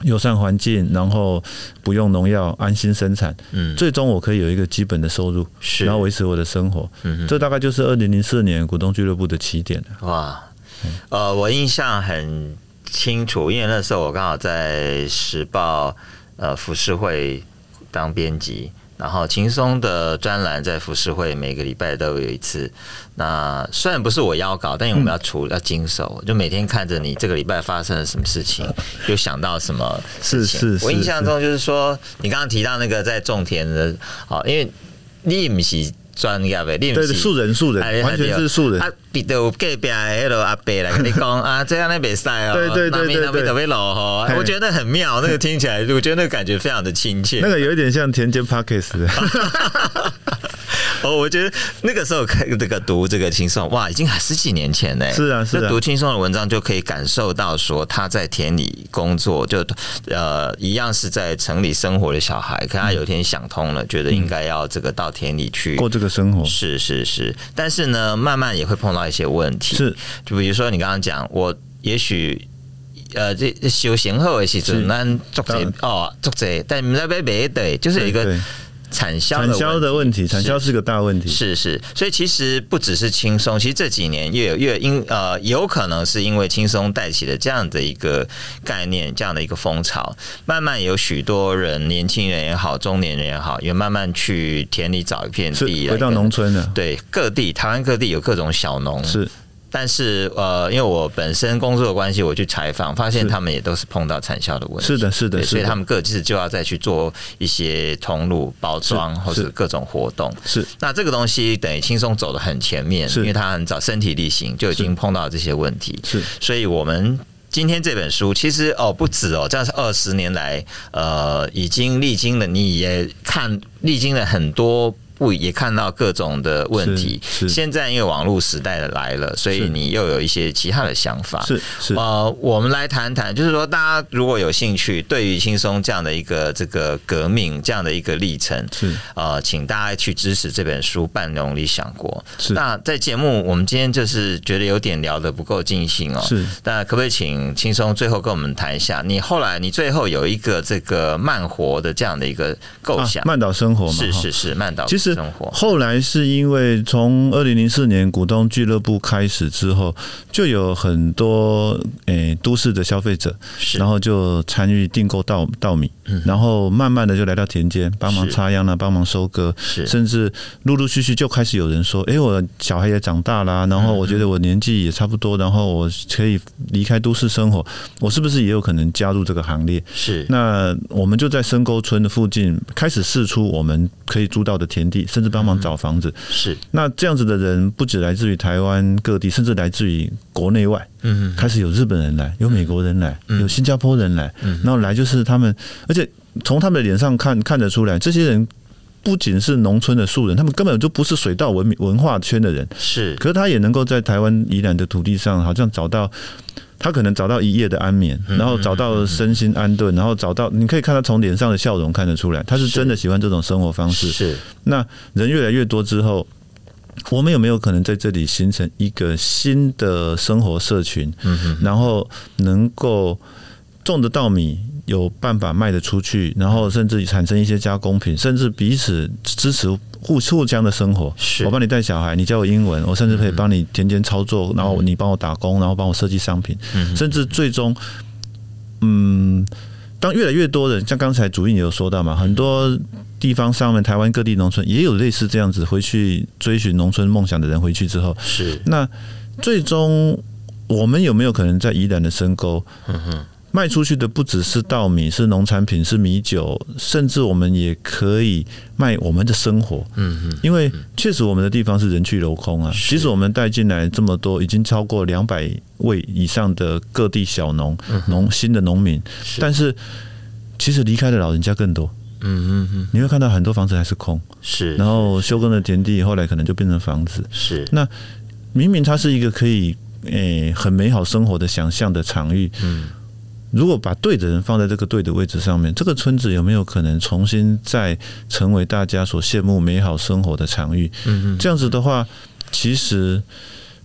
[SPEAKER 6] 友善环境，然后不用农药，安心生产，
[SPEAKER 5] 嗯
[SPEAKER 6] 最终我可以有一个基本的收入，
[SPEAKER 5] 是，
[SPEAKER 6] 然后维持我的生活
[SPEAKER 5] 嗯。哼
[SPEAKER 6] 这大概就是二零零四年股东俱乐部的起点了。
[SPEAKER 5] 哇，呃，我印象很清楚，因为那时候我刚好在时报呃服饰会当编辑，然后轻松的专栏在服饰会每个礼拜都有一次。那虽然不是我邀稿，但因为我们要出、要经手，就每天看着你这个礼拜发生了什么事情，又想到什么事情。
[SPEAKER 6] 是是
[SPEAKER 5] 我印
[SPEAKER 6] 是
[SPEAKER 5] 象
[SPEAKER 6] 是
[SPEAKER 5] 中就是说，你刚刚提到那个在种田的，好，因为你不是专业的，你不
[SPEAKER 6] 对，
[SPEAKER 5] 是
[SPEAKER 6] 素人素
[SPEAKER 5] 哎
[SPEAKER 6] 人，完全是素人
[SPEAKER 5] 啊。，比到隔壁的迄落阿伯来跟
[SPEAKER 6] (laughs)
[SPEAKER 5] 你讲啊，这样那袂使哦，
[SPEAKER 6] 对对对对
[SPEAKER 5] 那边
[SPEAKER 6] 对
[SPEAKER 5] 特别老吼，
[SPEAKER 6] 嘿
[SPEAKER 5] 哦我觉得很妙，那个听起来，我觉得那个感觉非常的亲切。
[SPEAKER 6] 那个有一点像田间 Pockets 的，
[SPEAKER 5] 哦，我觉得那个时候看这个读这个轻松，哇，已经十几年前呢。
[SPEAKER 6] 是啊是啊
[SPEAKER 5] 那读轻松的文章就可以感受到说他在田里工作，就呃一样是在城里生活的小孩，可他有一天想通了，觉得应该要这个到田里去
[SPEAKER 6] 嗯过这个生活
[SPEAKER 5] 是是是，但是呢，慢慢也会碰到一些问题。
[SPEAKER 6] 是
[SPEAKER 5] 就比如说你刚刚讲，我也许。呃，这这修行后的时
[SPEAKER 6] 是
[SPEAKER 5] 阵，咱作者
[SPEAKER 6] 当然
[SPEAKER 5] 哦，作者，但你在被别对，就是有一个
[SPEAKER 6] 对
[SPEAKER 5] 产销
[SPEAKER 6] 产销
[SPEAKER 5] 的
[SPEAKER 6] 的问题，产
[SPEAKER 5] 是
[SPEAKER 6] 销是个大问题。
[SPEAKER 5] 是是，所以其实不只是轻松，其实这几年越有越因呃，有可能是因为轻松带起的这样的一个概念，这样的一个风潮，慢慢有许多人，年轻人也好，中年人也好，也慢慢去田里找一片
[SPEAKER 6] 是
[SPEAKER 5] 地，
[SPEAKER 6] 回到农。村了，
[SPEAKER 5] 对，各地台湾各地有各种小农，
[SPEAKER 6] 是
[SPEAKER 5] 但是呃，因为我本身工作的关系，我去采访，发现
[SPEAKER 6] 是
[SPEAKER 5] 他们也都是碰到产销的问题。
[SPEAKER 6] 是的，是的，
[SPEAKER 5] 对，所
[SPEAKER 6] 是
[SPEAKER 5] 以他
[SPEAKER 6] 的，
[SPEAKER 5] 们各自就要再去做一些通路包装
[SPEAKER 6] 是
[SPEAKER 5] 或者
[SPEAKER 6] 是
[SPEAKER 5] 各种活动。
[SPEAKER 6] 是
[SPEAKER 5] 那这个东西等于轻松走得很前面，
[SPEAKER 6] 是
[SPEAKER 5] 因为他很早身体力行就已经碰到这些问题，
[SPEAKER 6] 是
[SPEAKER 5] 所以我们。今天这本书其实哦不止哦，这样是二十年来，呃，已经历经了，你也看历经了很多不，也看到各种的问题。
[SPEAKER 6] 是是
[SPEAKER 5] 现在因为网络时代的来了，所以
[SPEAKER 6] 是
[SPEAKER 5] 你又有一些其他的想法。
[SPEAKER 6] 是是
[SPEAKER 5] 呃，我们来谈谈，就是说，大家如果有兴趣，对于轻松这样的一个这个革命这样的一个历程，
[SPEAKER 6] 是
[SPEAKER 5] 呃，请大家去支持这本书《半农理想国》。
[SPEAKER 6] 是
[SPEAKER 5] 那在节目，我们今天就是觉得有点聊得不够尽兴哦。
[SPEAKER 6] 是，
[SPEAKER 5] 那可不可以请轻松最后跟我们谈一下？你后来你最后有一个这个慢活的这样的一个构
[SPEAKER 6] 啊
[SPEAKER 5] 想，，
[SPEAKER 6] 曼岛生活嘛，
[SPEAKER 5] 是
[SPEAKER 6] 哈
[SPEAKER 5] 是是，慢岛
[SPEAKER 6] 其实
[SPEAKER 5] 生活
[SPEAKER 6] 后来是因为从二零零四年股东俱乐部开始之后，就有很多诶、都市的消费者，
[SPEAKER 5] 是嗯
[SPEAKER 6] 然后就参与订购稻稻米，然后慢慢的就来到田间帮忙
[SPEAKER 5] 是
[SPEAKER 6] 插秧啦、啊帮忙收割，
[SPEAKER 5] 是
[SPEAKER 6] 甚至陆陆续续就开始有人说：“诶，我小孩也长大啦，然
[SPEAKER 5] 嗯
[SPEAKER 6] 后我觉得我年纪也差不多，然后我可以离开都市生活，我是不是也有可能加入这个行列？”
[SPEAKER 5] 是
[SPEAKER 6] 那我们就在深沟村的附近开始试出我们可以租到的田地，甚至帮
[SPEAKER 5] 嗯
[SPEAKER 6] 忙找房子。
[SPEAKER 5] 是，
[SPEAKER 6] 那这样子的人不止来自于台湾各地，甚至来自于国内外，
[SPEAKER 5] 嗯
[SPEAKER 6] 开始有日本人来，有美国人来，有新加坡人来，然后来就是他们，而且从他们的脸上看看得出来，这些人不仅是农村的素人，他们根本就不是水稻文明文化圈的人，
[SPEAKER 5] 是，
[SPEAKER 6] 可是他也能够在台湾宜兰的土地上，好像找到。他可能找到一夜的安眠，然后找到身心安顿，然后找到你可以看他从脸上的笑容看得出来，他是真的喜欢这种生活方式。
[SPEAKER 5] 是，
[SPEAKER 6] 那人越来越多之后，我们有没有可能在这里形成一个新的生活社群？
[SPEAKER 5] 嗯哼，
[SPEAKER 6] 然后能够种的稻米有办法卖得出去，然后甚至产生一些加工品，甚至彼此支持互互相的生活。
[SPEAKER 5] 是
[SPEAKER 6] 我帮你带小孩，你教我英文，我甚至可以帮你田间操
[SPEAKER 5] 嗯
[SPEAKER 6] 作，然后你帮我打工，然后帮我设计商品，甚至最终，嗯，当越来越多人，像刚才主印也有说到嘛，很多。地方上面，台湾各地农村也有类似这样子回去追寻农村梦想的人，回去之后，
[SPEAKER 5] 是，
[SPEAKER 6] 那最终我们有没有可能在宜兰的深沟
[SPEAKER 5] 嗯
[SPEAKER 6] 卖出去的不只是稻米，是农产品，是米酒，甚至我们也可以卖我们的生活。
[SPEAKER 5] 嗯哼，
[SPEAKER 6] 因为确实我们的地方是人去楼空啊。其实我们带进来这么多，已经超过两百位以上的各地小农、农新的农民，但是其实离开的老人家更多。
[SPEAKER 5] 嗯哼
[SPEAKER 6] 你会看到很多房子还是空，
[SPEAKER 5] 哼，是，
[SPEAKER 6] 然后休耕的田地后来可能就变成房子。
[SPEAKER 5] 是，
[SPEAKER 6] 明明它是一个可以诶、很美好生活的想象的场域，
[SPEAKER 5] 嗯，
[SPEAKER 6] 如果把对的人放在这个对的位置上面，这个村子有没有可能重新再成为大家所羡慕美好生活的场域？
[SPEAKER 5] 嗯
[SPEAKER 6] 这样子的话，其实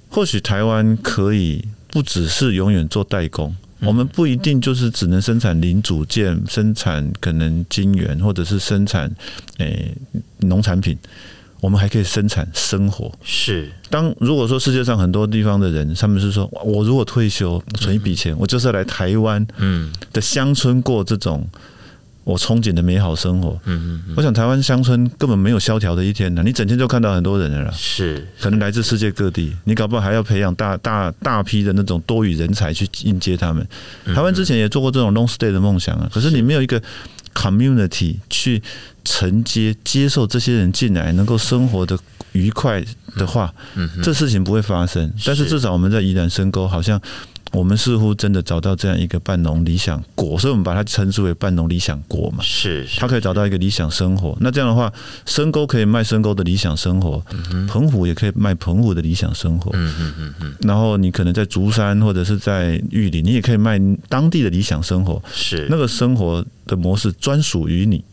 [SPEAKER 6] 或许台湾可以不只是永远做代工。
[SPEAKER 5] 嗯
[SPEAKER 6] 我们不一定就是只能生产零组件，生产可能晶圆，或者是生产诶农、产品，我们还可以生产生活。
[SPEAKER 5] 哼，是，
[SPEAKER 6] 当如果说世界上很多地方的人，他们是说，我我如果退休存一笔钱，我就是要来台湾
[SPEAKER 5] 嗯
[SPEAKER 6] 的乡村过这种我憧憬的美好生活。
[SPEAKER 5] 嗯哼，
[SPEAKER 6] 我想台湾乡村根本没有萧条的一天啊呢，你整天就看到很多人了啦，
[SPEAKER 5] 是，
[SPEAKER 6] 可能来自世界各地，你搞不好还要培养大大大批的那种多语人才去迎接他们。
[SPEAKER 5] 嗯
[SPEAKER 6] 台湾之前也做过这种 long stay 的梦想啊，可是你没有一个 community 去承接接受这些人进来，能够生活的愉快的话，
[SPEAKER 5] 嗯哼，
[SPEAKER 6] 这事情不会发生。但是至少我们在宜兰深沟，好像我们似乎真的找到这样一个半农理想国，所以我们把它称之为半农理想国嘛。
[SPEAKER 5] 是，是
[SPEAKER 6] 它可以找到一个理想生活，那这样的话，深沟可以卖深沟的理想生活，澎湖也可以卖澎湖的理想生活。
[SPEAKER 5] 嗯嗯嗯嗯，
[SPEAKER 6] 然后你可能在竹山或者是在玉里，你也可以卖当地的理想生活，
[SPEAKER 5] 是，
[SPEAKER 6] 那个生活的模式专属于你。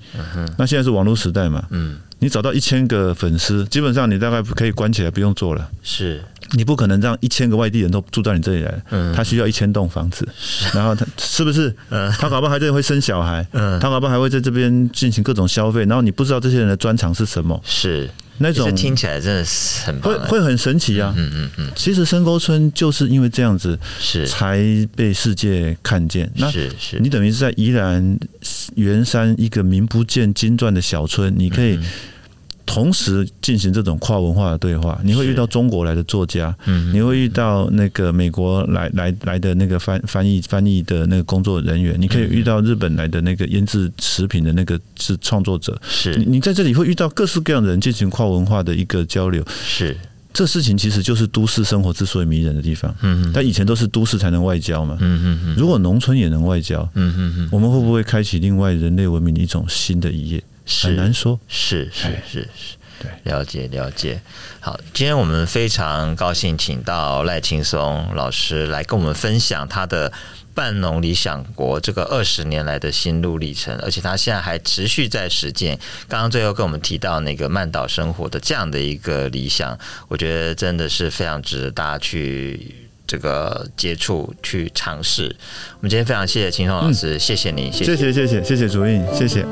[SPEAKER 6] 那现在是网络时代嘛，
[SPEAKER 5] 嗯
[SPEAKER 6] 你找到一千个粉丝，基本上你大概可以关起来，不用做了。
[SPEAKER 5] 是，
[SPEAKER 6] 你不可能让一千个外地人都住到你这里来，
[SPEAKER 5] 嗯
[SPEAKER 6] 他需要一千栋房子，然后他是不是？他搞不好还在这里会生小孩，
[SPEAKER 5] 嗯
[SPEAKER 6] 他搞不好还会在这边进行各种消费，然后你不知道这些人的专长是什么，
[SPEAKER 5] 是，
[SPEAKER 6] 那
[SPEAKER 5] 这
[SPEAKER 6] 种
[SPEAKER 5] 听起来真的是很棒
[SPEAKER 6] 会
[SPEAKER 5] 啊，
[SPEAKER 6] 会很神奇啊！
[SPEAKER 5] 嗯嗯嗯，
[SPEAKER 6] 其实深沟村就是因为这样子
[SPEAKER 5] 是，
[SPEAKER 6] 才被世界看见，那
[SPEAKER 5] 是是，
[SPEAKER 6] 你等于是在宜兰圆山一个名不见经传的小村，你可
[SPEAKER 5] 嗯
[SPEAKER 6] 以同时进行这种跨文化的对话。你会遇到中国来的作家，
[SPEAKER 5] 嗯
[SPEAKER 6] 你会遇到那个美国来来来的那个翻翻译翻译的那个工作人员，你可以
[SPEAKER 5] 嗯
[SPEAKER 6] 遇到日本来的那个腌制食品的那个是创作者。你
[SPEAKER 5] 是
[SPEAKER 6] 你在这里会遇到各式各样的人进行跨文化的一个交流。
[SPEAKER 5] 是，
[SPEAKER 6] 这事情其实就是都市生活之所以迷人的地方。
[SPEAKER 5] 嗯嗯
[SPEAKER 6] 但以前都是都市才能外交嘛，
[SPEAKER 5] 嗯嗯
[SPEAKER 6] 如果农村也能外交，
[SPEAKER 5] 嗯嗯嗯，
[SPEAKER 6] 我们会不会开启另外人类文明一种新的一页？
[SPEAKER 5] 是
[SPEAKER 6] 很难说。
[SPEAKER 5] 是是
[SPEAKER 6] 哎
[SPEAKER 5] 是是，
[SPEAKER 6] 对
[SPEAKER 5] 了解了解。好，今天我们非常高兴请到赖青松老师来跟我们分享他的。半农理想国这个二十年来的心路历程，而且他现在还持续在实践。刚刚最后跟我们提到那个慢岛生活的这样的一个理想，我觉得真的是非常值得大家去这个接触、
[SPEAKER 6] 嗯
[SPEAKER 5] 去尝试。我们今天非常谢谢青松老师，谢谢你，谢
[SPEAKER 6] 谢谢谢谢谢谢主印，谢谢。